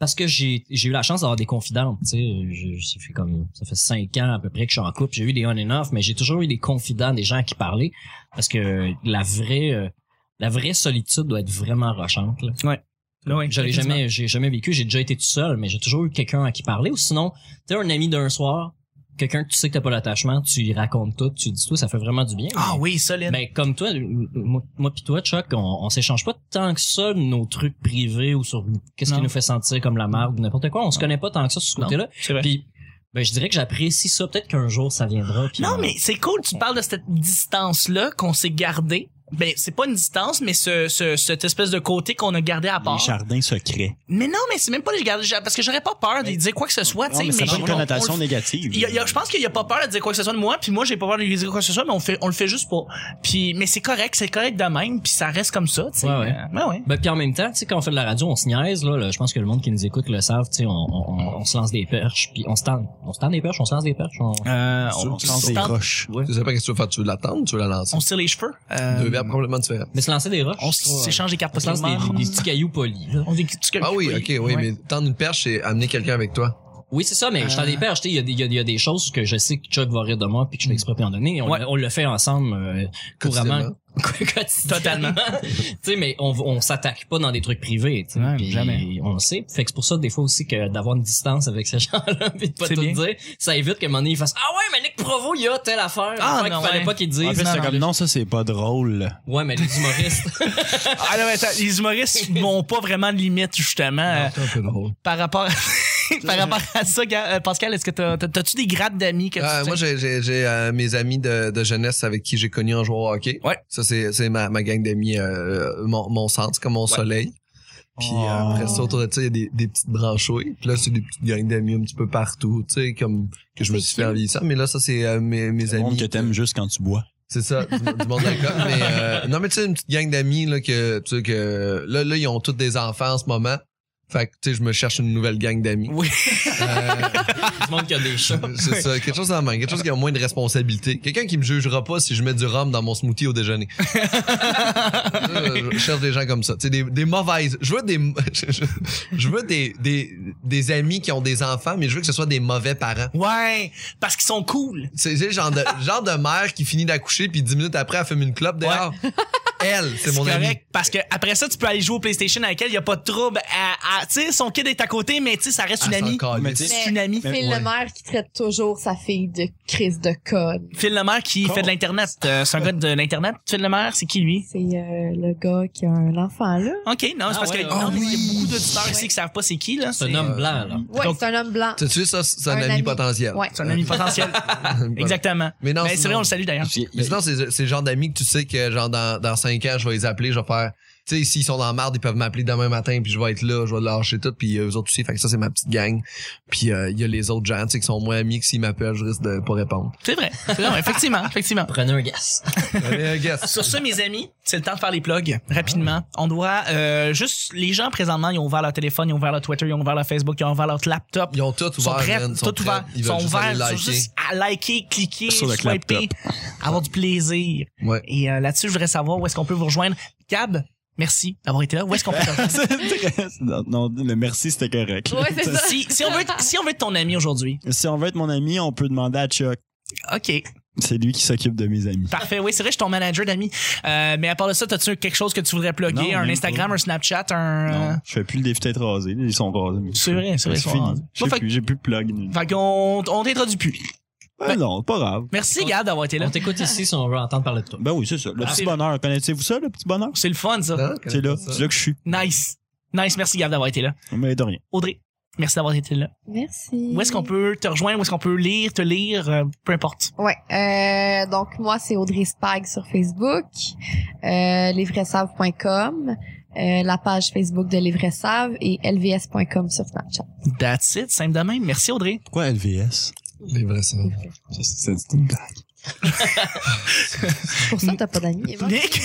Speaker 1: Parce que j'ai j'ai eu la chance d'avoir des confidentes. Tu sais, Je- je- ça fait comme ça fait cinq ans à peu près que je suis en couple. J'ai eu des on and off, mais j'ai toujours eu des confidents, des gens à qui parler. Parce que la vraie euh, la vraie solitude doit être vraiment rochante. Là.
Speaker 3: Ouais,
Speaker 1: J'avais
Speaker 3: effectivement.
Speaker 1: jamais, j'ai jamais vécu. J'ai déjà été tout seul, mais j'ai toujours eu quelqu'un à qui parler. Ou sinon, tu un ami d'un soir, quelqu'un que tu sais que t'as pas l'attachement, tu lui racontes tout, tu lui dis tout, ça fait vraiment du bien.
Speaker 3: Ah
Speaker 1: Mais-
Speaker 3: oui, solide.
Speaker 1: Ben, comme toi, m- moi, moi pis toi, Chuck, on, on s'échange pas tant que ça de nos trucs privés ou sur qu'est-ce qui
Speaker 3: Non.
Speaker 1: nous fait sentir comme la marque ou n'importe quoi. On se connaît pas tant que ça sur ce
Speaker 3: Non.
Speaker 1: côté-là.
Speaker 3: C'est vrai.
Speaker 1: Puis, ben, je dirais que j'apprécie ça. Peut-être qu'un jour, ça viendra. puis
Speaker 3: Non,
Speaker 1: on-
Speaker 3: mais c'est cool, tu parles de cette distance-là qu'on s'est gardée ben c'est pas une distance, mais ce, ce- cette espèce de côté qu'on a gardé à part.
Speaker 6: Les jardins secrets.
Speaker 3: Mais non, mais c'est même pas les garder parce que j'aurais pas peur de dire quoi que ce soit, Ah, tu
Speaker 6: Non,
Speaker 3: sais.
Speaker 6: mais ça
Speaker 3: mais
Speaker 6: a une
Speaker 3: on- on-
Speaker 6: connotation
Speaker 3: on le-
Speaker 6: négative.
Speaker 3: il y a- il y a- je pense qu'il y a pas peur de dire quoi que ce soit de moi, puis moi j'ai pas peur de lui dire quoi que ce soit, mais on fait on le fait juste pas. Puis mais c'est correct, c'est correct de même, puis ça reste comme ça, tu sais.
Speaker 1: Ouais, ouais.
Speaker 3: Euh, ouais.
Speaker 1: Ben, puis en même temps, tu sais, quand on fait de la radio, on se niaise, là. là. je pense que le monde qui nous écoute le savent, tu sais, on, on, on- on se lance des perches, puis on se tente. On se tente des perches, on se lance des perches. On...
Speaker 3: Euh,
Speaker 6: Sur-
Speaker 3: on,
Speaker 6: sur Ah, des
Speaker 3: se tente-
Speaker 6: roches.
Speaker 2: Tu sais pas qu'est-ce que tu veux faire. Tu veux l'attendre ou tu veux la lancer?
Speaker 3: on se tire les cheveux. Euh,
Speaker 2: Deux verbes probablement différents.
Speaker 1: Mais se lancer des roches,
Speaker 3: on
Speaker 1: c'est pas-
Speaker 3: s'échange des cartes
Speaker 1: on se lance
Speaker 3: Pokémon.
Speaker 1: des, des petits cailloux polis, là.
Speaker 3: On dit que tu-
Speaker 2: Ah oui, ok, oui,
Speaker 3: Ouais.
Speaker 2: mais tendre une perche, c'est amener quelqu'un avec toi.
Speaker 1: Oui, c'est ça, mais je t'en
Speaker 3: Euh. Mm.
Speaker 1: des perches, tu sais, il y, a des- il y a- il y a des choses que je sais que Chuck va rire de moi, puis que je fais exprès puis en donner. On,
Speaker 3: Ouais.
Speaker 1: on le fait ensemble, euh, couramment.
Speaker 2: Quotidiennement.
Speaker 1: Quotidiennement.
Speaker 3: Totalement.
Speaker 1: tu sais, mais on, on s'attaque pas dans des trucs privés, tu sais.
Speaker 3: Ouais,
Speaker 1: puis
Speaker 3: jamais.
Speaker 1: On le sait. Fait que c'est pour ça, des fois aussi, que d'avoir une distance avec ces gens-là, puis de pas
Speaker 3: C'est
Speaker 1: tout
Speaker 3: bien.
Speaker 1: dire, ça évite qu'à un moment donné, ils fassent, ah ouais, mais Nick Provo, il y a telle affaire.
Speaker 3: Ah,
Speaker 1: Fait qu'il
Speaker 3: non,
Speaker 1: fallait
Speaker 3: ouais.
Speaker 1: pas qu'ils
Speaker 4: En
Speaker 1: disent.
Speaker 4: plus,
Speaker 3: Non,
Speaker 4: c'est
Speaker 3: non,
Speaker 4: comme non, ça, c'est pas drôle.
Speaker 1: Ouais, mais les humoristes.
Speaker 3: Ah non, mais attends, les humoristes n'ont pas vraiment de limite justement euh,
Speaker 2: C'est un peu drôle.
Speaker 3: par rapport à... par rapport à ça. gars, euh, Pascal, est-ce que t'as t'as- t'as-tu des grades d'amis que
Speaker 2: Ah,
Speaker 3: tu
Speaker 2: moi, j'ai, j'ai, j'ai, euh, mes amis de, de jeunesse avec qui j'ai connu en jouant au hockey.
Speaker 3: Ouais.
Speaker 2: Ça, c'est, c'est ma, ma gang d'amis, euh, mon, mon centre, c'est comme mon soleil. Puis
Speaker 6: Oh.
Speaker 2: euh, après ça, autour de ça, il y a des, des petites branchouilles. Puis là, c'est des petites gangs d'amis un petit peu partout, tu sais, comme que je me suis fait en vieillissant. Mais là, ça, c'est euh, mes, mes
Speaker 6: Le monde
Speaker 2: amis.
Speaker 6: que t'aimes juste quand tu bois.
Speaker 2: C'est ça, du, du monde d'alcool. mais, euh, non, mais tu sais, une petite gang d'amis, là, que, tu sais, que, là, là, ils ont tous des enfants en ce moment. Fait que, tu sais, je me cherche une nouvelle gang d'amis.
Speaker 3: Oui.
Speaker 2: Euh,
Speaker 1: du monde qui a des chats.
Speaker 2: c'est ça, quelque chose dans la main, quelque chose qui a moins de responsabilité. Quelqu'un qui me jugera pas si je mets du rhum dans mon smoothie au déjeuner. Euh, je cherche des gens comme ça. Tu sais, des, des mauvaises. Je veux des, je, je veux des, des, des amis qui ont des enfants, mais je veux que ce soit des mauvais parents.
Speaker 3: Ouais, parce qu'ils sont cool.
Speaker 2: C'est c'est le genre de, genre de mère qui finit d'accoucher puis dix minutes après elle fume une clope dehors. Elle, c'est
Speaker 3: C'est
Speaker 2: mon
Speaker 3: correct
Speaker 2: ami.
Speaker 3: parce que après ça tu peux aller jouer au PlayStation avec elle, il y a pas de trouble. À, à- tu sais son kid est à côté mais tu sais ça reste
Speaker 2: Ah,
Speaker 3: une
Speaker 2: c'est
Speaker 3: amie.
Speaker 2: encore
Speaker 6: Mais
Speaker 2: lisse.
Speaker 6: tu sais,
Speaker 3: C'est une amie.
Speaker 5: C'est
Speaker 6: Ouais.
Speaker 5: le maire qui traite toujours sa fille de crise de conne.
Speaker 3: Phil Lemaire qui
Speaker 6: Con.
Speaker 3: fait de l'internet, Euh, c'est un gars de l'internet. Phil Lemaire, c'est qui lui
Speaker 5: C'est euh, le gars qui a un enfant, là.
Speaker 3: OK, non, c'est
Speaker 1: Ah
Speaker 3: parce
Speaker 1: ouais,
Speaker 3: que
Speaker 1: ouais.
Speaker 3: non, mais il y
Speaker 2: Ah oui.
Speaker 3: a beaucoup d'auditeurs ici qui savent pas c'est euh, mm. qui là,
Speaker 1: C'est un homme blanc, là.
Speaker 5: Ouais,
Speaker 3: Donc-
Speaker 5: c'est un homme blanc.
Speaker 2: T'as-tu vu ça? C'est un,
Speaker 5: Un
Speaker 2: ami,
Speaker 5: ami.
Speaker 2: potentiel.
Speaker 5: Ouais.
Speaker 3: c'est un ami potentiel. Exactement.
Speaker 2: Mais non,
Speaker 3: Ah, Mais c'est
Speaker 2: sinon-
Speaker 3: vrai, on le salue d'ailleurs.
Speaker 2: Mais sinon, c'est c'est le genre d'amis que tu sais que genre dans, dans 5 ans, je vais les appeler, je vais faire. Tu sais, s'ils sont dans la marde, ils peuvent m'appeler demain matin, puis je vais être là, je vais lâcher tout, puis euh, eux autres aussi. Fait que ça, c'est ma petite gang. Puis euh, il y a les autres gens, tu sais, qui sont moins amis, que s'ils m'appellent, je risque de pas répondre.
Speaker 3: C'est vrai. C'est vrai, ouais, effectivement, effectivement.
Speaker 1: Prenez un gas.
Speaker 2: Allez, guess.
Speaker 3: Sur ce, mes amis, c'est le temps de faire les plugs rapidement. On doit euh, juste les gens présentement, ils ont ouvert leur téléphone, ils ont ouvert leur Twitter, ils ont ouvert leur Facebook, ils ont ouvert leur laptop.
Speaker 2: Ils ont tout ouvert,
Speaker 3: Ils sont prêts,
Speaker 2: man, ils sont
Speaker 3: tout ouvert,
Speaker 2: prêts.
Speaker 3: ils
Speaker 2: Ils
Speaker 3: sont
Speaker 2: veulent juste
Speaker 3: ouverts,
Speaker 2: aller
Speaker 3: ils sont
Speaker 2: liker.
Speaker 3: juste à liker, cliquer,
Speaker 6: Sur le
Speaker 3: swiper, avoir du plaisir.
Speaker 2: Ouais.
Speaker 3: Et euh, là-dessus, je voudrais savoir où est-ce qu'on peut vous rejoindre. Gab, merci d'avoir été là. Où est-ce qu'on peut te rejoindre?
Speaker 6: C'est très- non, non, le merci, c'était correct.
Speaker 5: Ouais, c'est ça.
Speaker 3: si, si on veut être, si on veut être ton ami aujourd'hui.
Speaker 6: Si on veut être mon ami, on peut demander à Chuck.
Speaker 3: OK.
Speaker 6: C'est lui qui s'occupe de mes amis.
Speaker 3: Parfait. Oui, c'est vrai, je suis ton manager d'amis. Euh, mais à part de ça, t'as-tu quelque chose que tu voudrais plugger?
Speaker 6: Non,
Speaker 3: un
Speaker 6: même
Speaker 3: Instagram,
Speaker 6: pas.
Speaker 3: un Snapchat, un...
Speaker 6: Non, je fais plus le défi d'être rasé. Ils sont rasés. mes
Speaker 3: Euh. C'est
Speaker 6: cheveux.
Speaker 3: vrai, c'est vrai, ils sont
Speaker 6: fini.
Speaker 3: rasés.
Speaker 6: J'ai
Speaker 3: Bon, fait-
Speaker 6: plus, j'ai plus de plug.
Speaker 3: Fait qu'on on t'introduit plus.
Speaker 6: Ben non, pas grave.
Speaker 3: Merci, Gab, d'avoir été là.
Speaker 1: On t'écoute ici si on veut entendre parler de toi.
Speaker 6: Ben oui, c'est ça. Le
Speaker 3: Ah, c'est-
Speaker 6: petit bonheur. Connaissez-vous ça, le petit bonheur?
Speaker 3: C'est le fun, ça.
Speaker 2: Hein?
Speaker 6: C'est là.
Speaker 2: Ça.
Speaker 6: C'est là que je suis.
Speaker 3: Nice. Nice. Merci, Gab, d'avoir été là.
Speaker 6: Mais de rien.
Speaker 3: Audrey, merci d'avoir été là.
Speaker 5: Merci.
Speaker 3: Où est-ce qu'on peut te rejoindre? Où est-ce qu'on peut lire, te lire? euh, peu importe.
Speaker 5: Ouais. Euh, donc moi c'est Audrey Spag sur Facebook, euh, lesvraissaves.com, euh, la page Facebook de Les Vrais Saves et lvs.com sur Snapchat.
Speaker 3: That's it. Simple de même. Merci, Audrey.
Speaker 6: Pourquoi LVS?
Speaker 2: Les vrais ça.
Speaker 6: Ça, C'est c'est une blague.
Speaker 5: Pour ça t'as pas d'amis. Eva?
Speaker 3: Nick.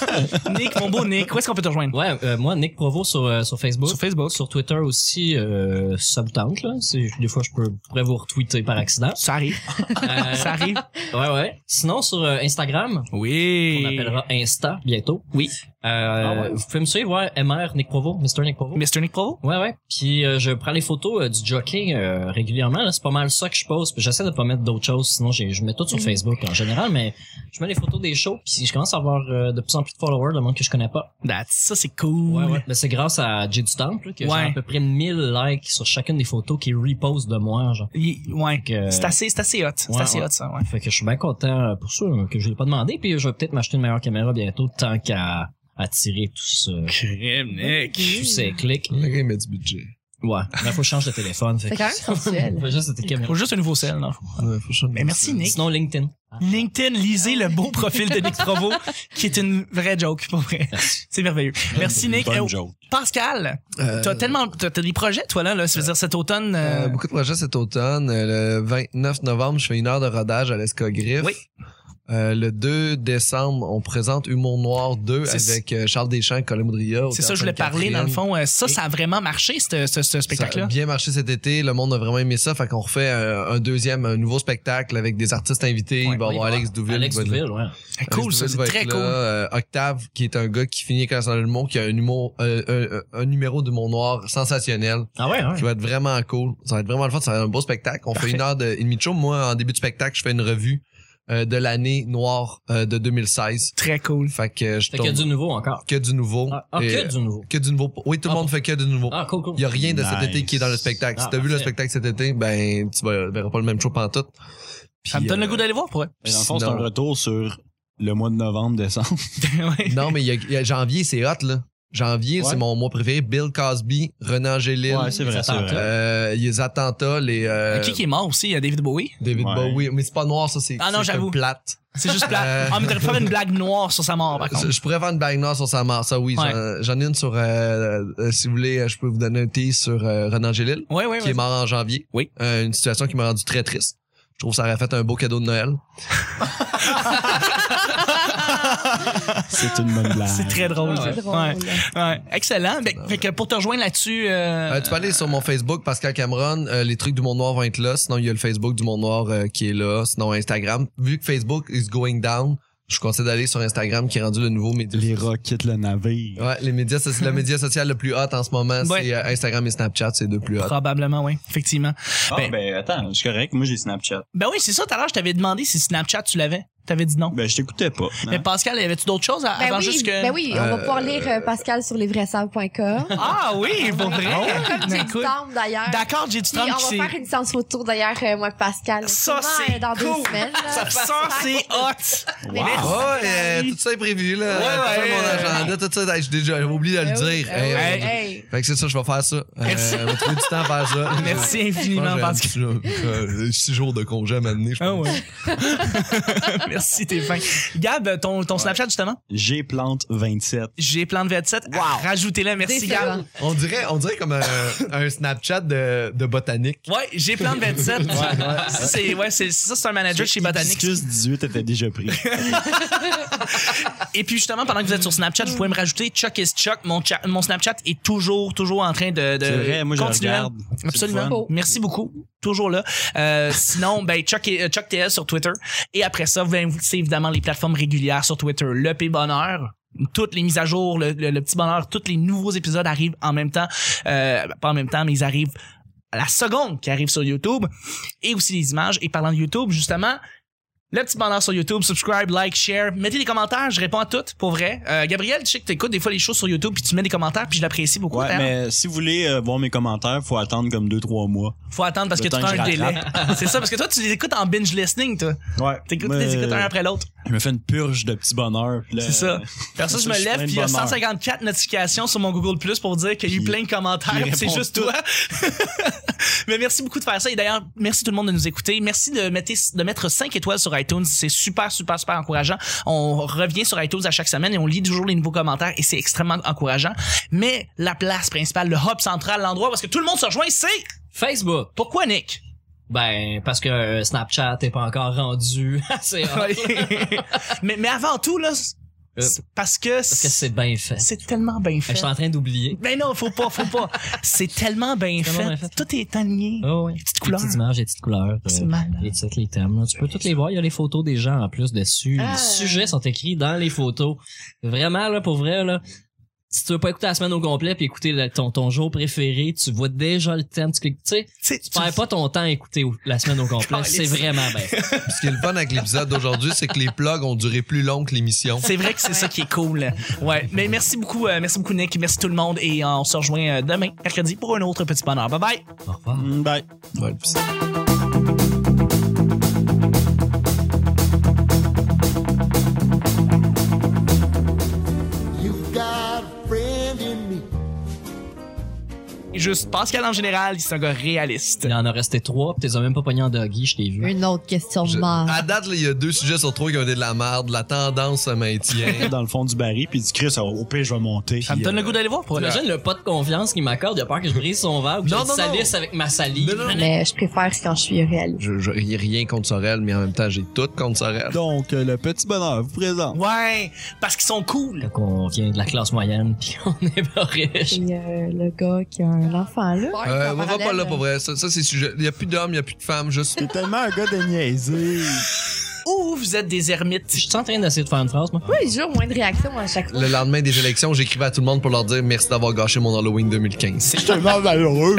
Speaker 3: Nick, mon beau Nick. Où est-ce qu'on peut te rejoindre?
Speaker 1: Ouais, euh, moi, Nick Provo sur, euh, sur Facebook. Sur Facebook. Sur Twitter aussi, euh, ça vous tente, là. C'est- Des fois, je peux, je pourrais vous retweeter par accident.
Speaker 3: Ça arrive.
Speaker 1: Euh,
Speaker 3: Ça arrive.
Speaker 1: ouais, ouais. Sinon, sur euh, Instagram,
Speaker 3: Oui.
Speaker 1: on appellera Insta bientôt.
Speaker 3: Oui.
Speaker 1: Euh,
Speaker 6: ouais?
Speaker 1: Vous pouvez me suivre, ouais, MR Nick Provo, Mr. Nick Provo.
Speaker 3: Mr. Nick Provo?
Speaker 1: Ouais, ouais. Puis euh, je prends les photos euh, du jockey euh, régulièrement. Là, c'est pas mal ça que je poste. Puis j'essaie de pas mettre d'autres choses, sinon j'ai- je mets tout sur
Speaker 5: Mhm.
Speaker 1: Facebook en général. Mais je mets les photos des shows. Puis je commence à avoir euh, de plus en plus de followers, de monde que je connais pas.
Speaker 3: That's- ça, c'est cool.
Speaker 1: Ouais, ouais. Mais c'est grâce à Jay du Temple là, que
Speaker 3: Ouais.
Speaker 1: j'ai à peu près 1000 likes sur chacune des photos qui repose de moi. Genre.
Speaker 3: Il- ouais.
Speaker 1: Fait que-
Speaker 3: C'est assez, c'est assez hot. c'est
Speaker 1: Ouais,
Speaker 3: assez
Speaker 1: ouais.
Speaker 3: hot, ça, ouais.
Speaker 1: Fait que je suis bien content pour ça, euh, que je l'ai pas demandé. Puis je vais peut-être m'acheter une meilleure caméra bientôt, tant qu'à à tirer tout ce,
Speaker 3: Crime, Nick.
Speaker 1: tous ces clics.
Speaker 2: Le gars, il met du budget.
Speaker 1: Ouais. Il faut que je change de téléphone.
Speaker 5: C'est quand même sensuel.
Speaker 1: Faut juste cette caméra.
Speaker 3: Faut juste un nouveau sel, non? Mais merci, Nick.
Speaker 1: Sinon, LinkedIn.
Speaker 3: LinkedIn, lisez le beau profil de Nick Provo, qui est une vraie joke, pour vrai. C'est merveilleux. Merci, Nick.
Speaker 6: Bonne
Speaker 3: Euh,
Speaker 6: joke.
Speaker 3: Pascal, t'as tellement, t'as t'as des projets, toi, là, là. Ça veut dire cet automne, euh,
Speaker 2: Euh, beaucoup de projets cet automne. Euh, Le 29 novembre, je fais une heure de rodage à l'escogriffe.
Speaker 3: Oui.
Speaker 2: Euh, le 2 décembre, on présente Humour Noir 2
Speaker 3: C'est-
Speaker 2: avec euh, Charles Deschamps et Colin Moudria. au
Speaker 3: c'est ça, je voulais
Speaker 2: Théâtre
Speaker 3: parler, dans le
Speaker 2: Anne-Catherine.
Speaker 3: fond. Euh, Ça, ça a vraiment marché, ce, ce, ce
Speaker 2: Ça
Speaker 3: spectacle-là.
Speaker 2: a bien marché cet été. Le monde a vraiment aimé ça. Fait qu'on refait euh, un deuxième, un nouveau spectacle avec des artistes invités.
Speaker 3: Ouais,
Speaker 2: il va y
Speaker 1: oui,
Speaker 2: avoir Alex Douville.
Speaker 1: Alex
Speaker 2: qui va être là.
Speaker 1: Duville, ouais.
Speaker 2: Alex
Speaker 3: Cool, ça,
Speaker 2: Douville
Speaker 3: c'est
Speaker 2: va être
Speaker 3: très
Speaker 2: là.
Speaker 3: cool.
Speaker 2: Euh, Octave, qui est un gars qui finit avec Alexandre Lemont, qui a un humour, euh, un, un numéro d'humour noir sensationnel
Speaker 1: Ah ouais, ouais.
Speaker 2: qui va être vraiment cool. Ça va être vraiment le fun. Ça va être un beau spectacle. On fait une heure de, et demie de show. Moi, en début de spectacle, je fais une revue euh, de l'année noire euh, de 2016.
Speaker 3: Très cool.
Speaker 2: Fait que je
Speaker 1: Fait qu'il y a
Speaker 2: tourne
Speaker 1: du nouveau encore.
Speaker 2: que du nouveau.
Speaker 1: Ah, ah,
Speaker 2: Et-
Speaker 1: que du nouveau.
Speaker 2: que du nouveau. Oui, tout le
Speaker 1: Ah,
Speaker 2: monde fait que du nouveau.
Speaker 1: Ah, cool, cool.
Speaker 2: Il y a rien de
Speaker 6: Nice.
Speaker 2: cet été qui est dans le spectacle.
Speaker 1: Ah,
Speaker 2: si t'as vu le
Speaker 1: parfait.
Speaker 2: spectacle cet été, ben tu vas- verras pas le même show pantoute.
Speaker 3: Ça me
Speaker 2: Puis,
Speaker 3: donne le
Speaker 2: euh,
Speaker 3: goût d'aller voir, pour vrai.
Speaker 6: Mais dans le fond, c'est
Speaker 2: sinon-
Speaker 6: un retour sur le mois de novembre, décembre.
Speaker 3: Ouais.
Speaker 2: Non, mais il y a, il y a janvier, c'est hot là. Janvier,
Speaker 6: Ouais.
Speaker 2: c'est mon mois préféré. Bill Cosby, René Angélil,
Speaker 1: c'est vrai, c'est vrai.
Speaker 2: euh, les attentats, les euh,
Speaker 3: Qui qui est mort aussi? Il y a David Bowie.
Speaker 2: David
Speaker 6: Ouais.
Speaker 2: Bowie. Mais c'est pas noir, ça, c'est
Speaker 3: Ah non,
Speaker 2: c'est comme
Speaker 3: j'avoue.
Speaker 2: plate.
Speaker 3: C'est juste plat.
Speaker 2: Euh.
Speaker 3: Ah, mais t'aurais pu faire une blague noire sur sa mort, par contre.
Speaker 2: Je, je pourrais faire une bague noire sur sa mort, ça oui.
Speaker 3: Ouais.
Speaker 2: J'en- J'en ai une sur, euh, euh, si vous voulez, euh, je peux vous donner un tease sur euh, Renan Gélil,
Speaker 3: Ouais, ouais,
Speaker 2: qui est
Speaker 3: ouais.
Speaker 2: mort en janvier.
Speaker 3: Oui.
Speaker 2: Euh, une situation qui m'a rendu très triste. Je trouve que ça aurait fait un beau cadeau de Noël.
Speaker 6: C'est une bonne blague.
Speaker 3: C'est très drôle.
Speaker 1: Ah ouais.
Speaker 3: ça.
Speaker 5: C'est drôle.
Speaker 3: Ouais. Ouais. Excellent. Ben, fait que pour te rejoindre là-dessus, euh,
Speaker 2: Euh, tu peux aller sur mon Facebook, Pascal Cameron. euh, les trucs du Monde Noir vont être là. Sinon, il y a le Facebook du Monde Noir euh, qui est là. Sinon, Instagram. Vu que Facebook is going down, je vous conseille d'aller sur Instagram qui est rendu le nouveau média.
Speaker 6: Les rats quittent le navire.
Speaker 2: Ouais, les médias, so- le média social le plus hot en ce moment,
Speaker 3: Ouais.
Speaker 2: c'est euh, Instagram et Snapchat, c'est les deux plus hot.
Speaker 3: probablement, oui, effectivement.
Speaker 6: Ah,
Speaker 3: Ben-
Speaker 6: ben, attends, je suis correct. Moi, j'ai Snapchat.
Speaker 3: Ben oui, c'est ça. Tout à l'heure, je t'avais demandé si Snapchat, tu l'avais. T'avais dit non.
Speaker 6: Ben, je t'écoutais pas. non?
Speaker 3: Mais Pascal, avais-tu d'autres choses à-
Speaker 5: Ben
Speaker 3: avant
Speaker 5: oui,
Speaker 3: juste que.
Speaker 5: ben oui, on va
Speaker 2: Euh,
Speaker 5: pouvoir lire euh, Pascal sur lesvraissables.com.
Speaker 3: Ah oui, pour vrai. Ben,
Speaker 5: Comme Jay
Speaker 3: cool.
Speaker 5: Storm, d'ailleurs.
Speaker 3: D'accord, j'ai du
Speaker 5: Puis
Speaker 3: temps qui
Speaker 5: on
Speaker 3: s'est-
Speaker 5: va faire une séance photo d'ailleurs, euh, moi et Pascal.
Speaker 3: Ça,
Speaker 5: Sûrement,
Speaker 3: c'est
Speaker 5: euh, dans
Speaker 3: cool.
Speaker 5: deux semaines.
Speaker 3: Ça,
Speaker 5: là.
Speaker 3: c'est hot.
Speaker 2: Ah, ouais, euh, tout ça est prévu, là.
Speaker 3: Oh, Ouais,
Speaker 2: tout
Speaker 3: ouais,
Speaker 2: ça, mon
Speaker 3: ouais.
Speaker 2: agenda, tout ça. Hey, J'ai déjà j'ai oublié
Speaker 3: Eh
Speaker 2: de le
Speaker 5: Ben oui,
Speaker 2: dire.
Speaker 5: ben
Speaker 2: Hey,
Speaker 5: oui,
Speaker 2: hey.
Speaker 5: hey.
Speaker 2: Fait que c'est ça, je vais faire ça. Euh,
Speaker 3: Merci.
Speaker 2: on va trouver du temps à faire ça.
Speaker 3: Merci
Speaker 2: Je pense
Speaker 3: infiniment,
Speaker 2: que j'ai un
Speaker 3: Pascal.
Speaker 2: petit jour- euh, Six jours de congé à m'amener, je
Speaker 3: Ah
Speaker 2: pense.
Speaker 3: ouais. Merci, t'es fin. Gab, ton, ton Snapchat, justement.
Speaker 6: J'ai plante 27.
Speaker 3: J'ai plan de 27. Rajoutez-le. Merci, Gab.
Speaker 5: Décevant.
Speaker 2: On dirait, on dirait comme un, un Snapchat de, de botanique.
Speaker 3: Ouais, j'ai plan de 27. Ça, c'est, ouais, c'est, ça, c'est un manager chez Botanics.
Speaker 6: Hibiscus 18 était déjà pris.
Speaker 3: Et puis, justement, pendant que vous êtes sur Snapchat, vous pouvez me rajouter Chuck is Chuck. Mon, cha- mon Snapchat est toujours, toujours en train de, de
Speaker 6: C'est vrai, moi, je le
Speaker 3: continuer.
Speaker 6: regarde. C'est
Speaker 3: Absolument.
Speaker 6: le
Speaker 5: fun.
Speaker 3: Merci beaucoup. Toujours là. Euh, sinon, ben, Chuck, et- euh, Chuck TL sur Twitter. Et après ça, ben, vous- c'est évidemment les plateformes régulières sur Twitter. Le P Bonheur. Toutes les mises à jour, le, le- le petit bonheur, tous les nouveaux épisodes arrivent en même temps. Euh, ben, pas en même temps, mais ils arrivent à la seconde qui arrive sur YouTube. Et aussi les images. Et parlant de YouTube, justement, le petit bonheur sur YouTube, subscribe, like, share, mettez des commentaires, je réponds à toutes, pour vrai. Euh, Gabriel, tu sais que t'écoutes des fois les choses sur YouTube puis tu mets des commentaires puis je l'apprécie beaucoup.
Speaker 6: Ouais,
Speaker 3: D'ailleurs,
Speaker 6: mais si vous voulez euh, voir mes commentaires, faut attendre comme 2-3 mois.
Speaker 3: Faut attendre parce
Speaker 6: Le
Speaker 3: que tu
Speaker 6: temps
Speaker 3: as
Speaker 6: que
Speaker 3: un
Speaker 6: je
Speaker 3: délai. C'est ça, parce que toi, tu les écoutes en binge listening, toi.
Speaker 6: Ouais. Euh,
Speaker 3: T'écoutes, tu les écoutes un après l'autre.
Speaker 6: Je me fais une purge de petits bonheurs. puis là,
Speaker 3: C'est ça. Parce que je me
Speaker 6: suis
Speaker 3: lève,
Speaker 6: plein de
Speaker 3: puis il y a
Speaker 6: bonheur.
Speaker 3: 154 notifications sur mon Google Plus pour dire qu'il y a eu
Speaker 6: Puis-
Speaker 3: plein de commentaires,
Speaker 6: puis
Speaker 3: puis c'est
Speaker 6: répond
Speaker 3: juste
Speaker 6: tout.
Speaker 3: toi. Mais merci beaucoup de faire ça. Et d'ailleurs, merci tout le monde de nous écouter. Merci de mettre, de mettre 5 étoiles sur iTunes. C'est super, super, super encourageant. On revient sur iTunes à chaque semaine et on lit toujours les nouveaux commentaires et c'est extrêmement encourageant. Mais la place principale, le hub central, l'endroit parce que tout le monde se rejoint, c'est
Speaker 1: Facebook.
Speaker 3: pourquoi Nick?
Speaker 1: Ben, parce que euh, Snapchat est pas encore rendu assez hot.
Speaker 3: Ouais. mais, mais avant tout, là, c'est-
Speaker 1: Euh,
Speaker 3: parce que
Speaker 1: Parce que c'est
Speaker 3: c'est
Speaker 1: bien fait.
Speaker 3: tellement bien
Speaker 1: Je
Speaker 3: fait.
Speaker 1: suis en train d'oublier.
Speaker 3: Ben non, faut pas, faut pas. C'est tellement bien
Speaker 1: C'est tellement bien
Speaker 3: fait.
Speaker 1: fait.
Speaker 3: Tout est aligné.
Speaker 1: Oh, ouais.
Speaker 3: Petite couleur.
Speaker 1: Les petites images, les petites couleurs. euh,
Speaker 3: C'est malade.
Speaker 1: Les titres, les thèmes. là. Tu peux toutes les voir. Il y a les photos des gens en plus dessus.
Speaker 5: Ah.
Speaker 1: Les sujets sont écrits dans les photos. Vraiment, là, pour vrai, là. Si tu veux pas écouter la semaine au complet puis écouter le- ton, ton jour préféré, tu vois déjà le thème, tu cliques, tu sais,
Speaker 3: Tu sais,
Speaker 1: tu perds pas ton temps à écouter la semaine au complet. c'est vraiment bien. fait.
Speaker 2: Puis Ce qui est le fun avec l'épisode d'aujourd'hui, c'est que les plugs ont duré plus long que l'émission.
Speaker 3: C'est vrai que c'est ça qui est cool. Ouais. Mais merci beaucoup, euh, merci beaucoup Nick, merci tout le monde et euh, on se rejoint euh, demain, mercredi, pour un autre petit bonheur. Bye bye.
Speaker 1: Au revoir.
Speaker 6: Mm, Bye.
Speaker 2: Ouais, puis ça-
Speaker 8: You've got a friend in me.
Speaker 3: Juste Pascal en général, c'est un gars réaliste.
Speaker 1: Il en a resté trois, pis t'es même pas pogné en doggy, je t'ai vu.
Speaker 5: Une autre question
Speaker 2: Je- Ah.
Speaker 5: de mort.
Speaker 2: À date, là, il y a deux sujets sur trois qui ont été de la merde. La tendance se maintient.
Speaker 6: dans le fond du baril, puis il dit Chris, au pire, je vais monter.
Speaker 3: Ça me
Speaker 6: Puis,
Speaker 3: donne
Speaker 6: euh,
Speaker 3: le goût d'aller voir pour le
Speaker 1: Imagine le pas de confiance qu'il m'accorde, il a peur que je brise son verre ou que
Speaker 2: Non,
Speaker 1: je
Speaker 2: non,
Speaker 1: le salisse avec ma salive.
Speaker 2: Non, non, non.
Speaker 5: Mais je préfère quand je suis réaliste.
Speaker 2: je, je- j'ai rien contre Sorel, mais en même temps, j'ai tout contre Sorel.
Speaker 4: Donc, euh, le petit bonheur vous présente.
Speaker 3: Ouais, parce qu'ils sont cool.
Speaker 1: Quand on vient de la classe moyenne puis on est pas riche.
Speaker 5: Et euh, le gars qui a un enfant, là.
Speaker 2: Euh, on va pas là pour vrai. Ça, ça, c'est le sujet. Il y a plus d'hommes, il y a plus de femmes, juste.
Speaker 4: T'es tellement un gars de niaisé.
Speaker 1: Euh.
Speaker 3: Ou vous êtes des
Speaker 1: Je
Speaker 3: ermites.
Speaker 1: suis en train d'essayer de faire une phrase, moi.
Speaker 5: Pourquoi j'ai toujours moins de réaction à chaque fois?
Speaker 2: Le lendemain des élections, j'écrivais à tout le monde pour leur dire merci d'avoir gâché mon Halloween 2015.
Speaker 4: Je suis tellement malheureux.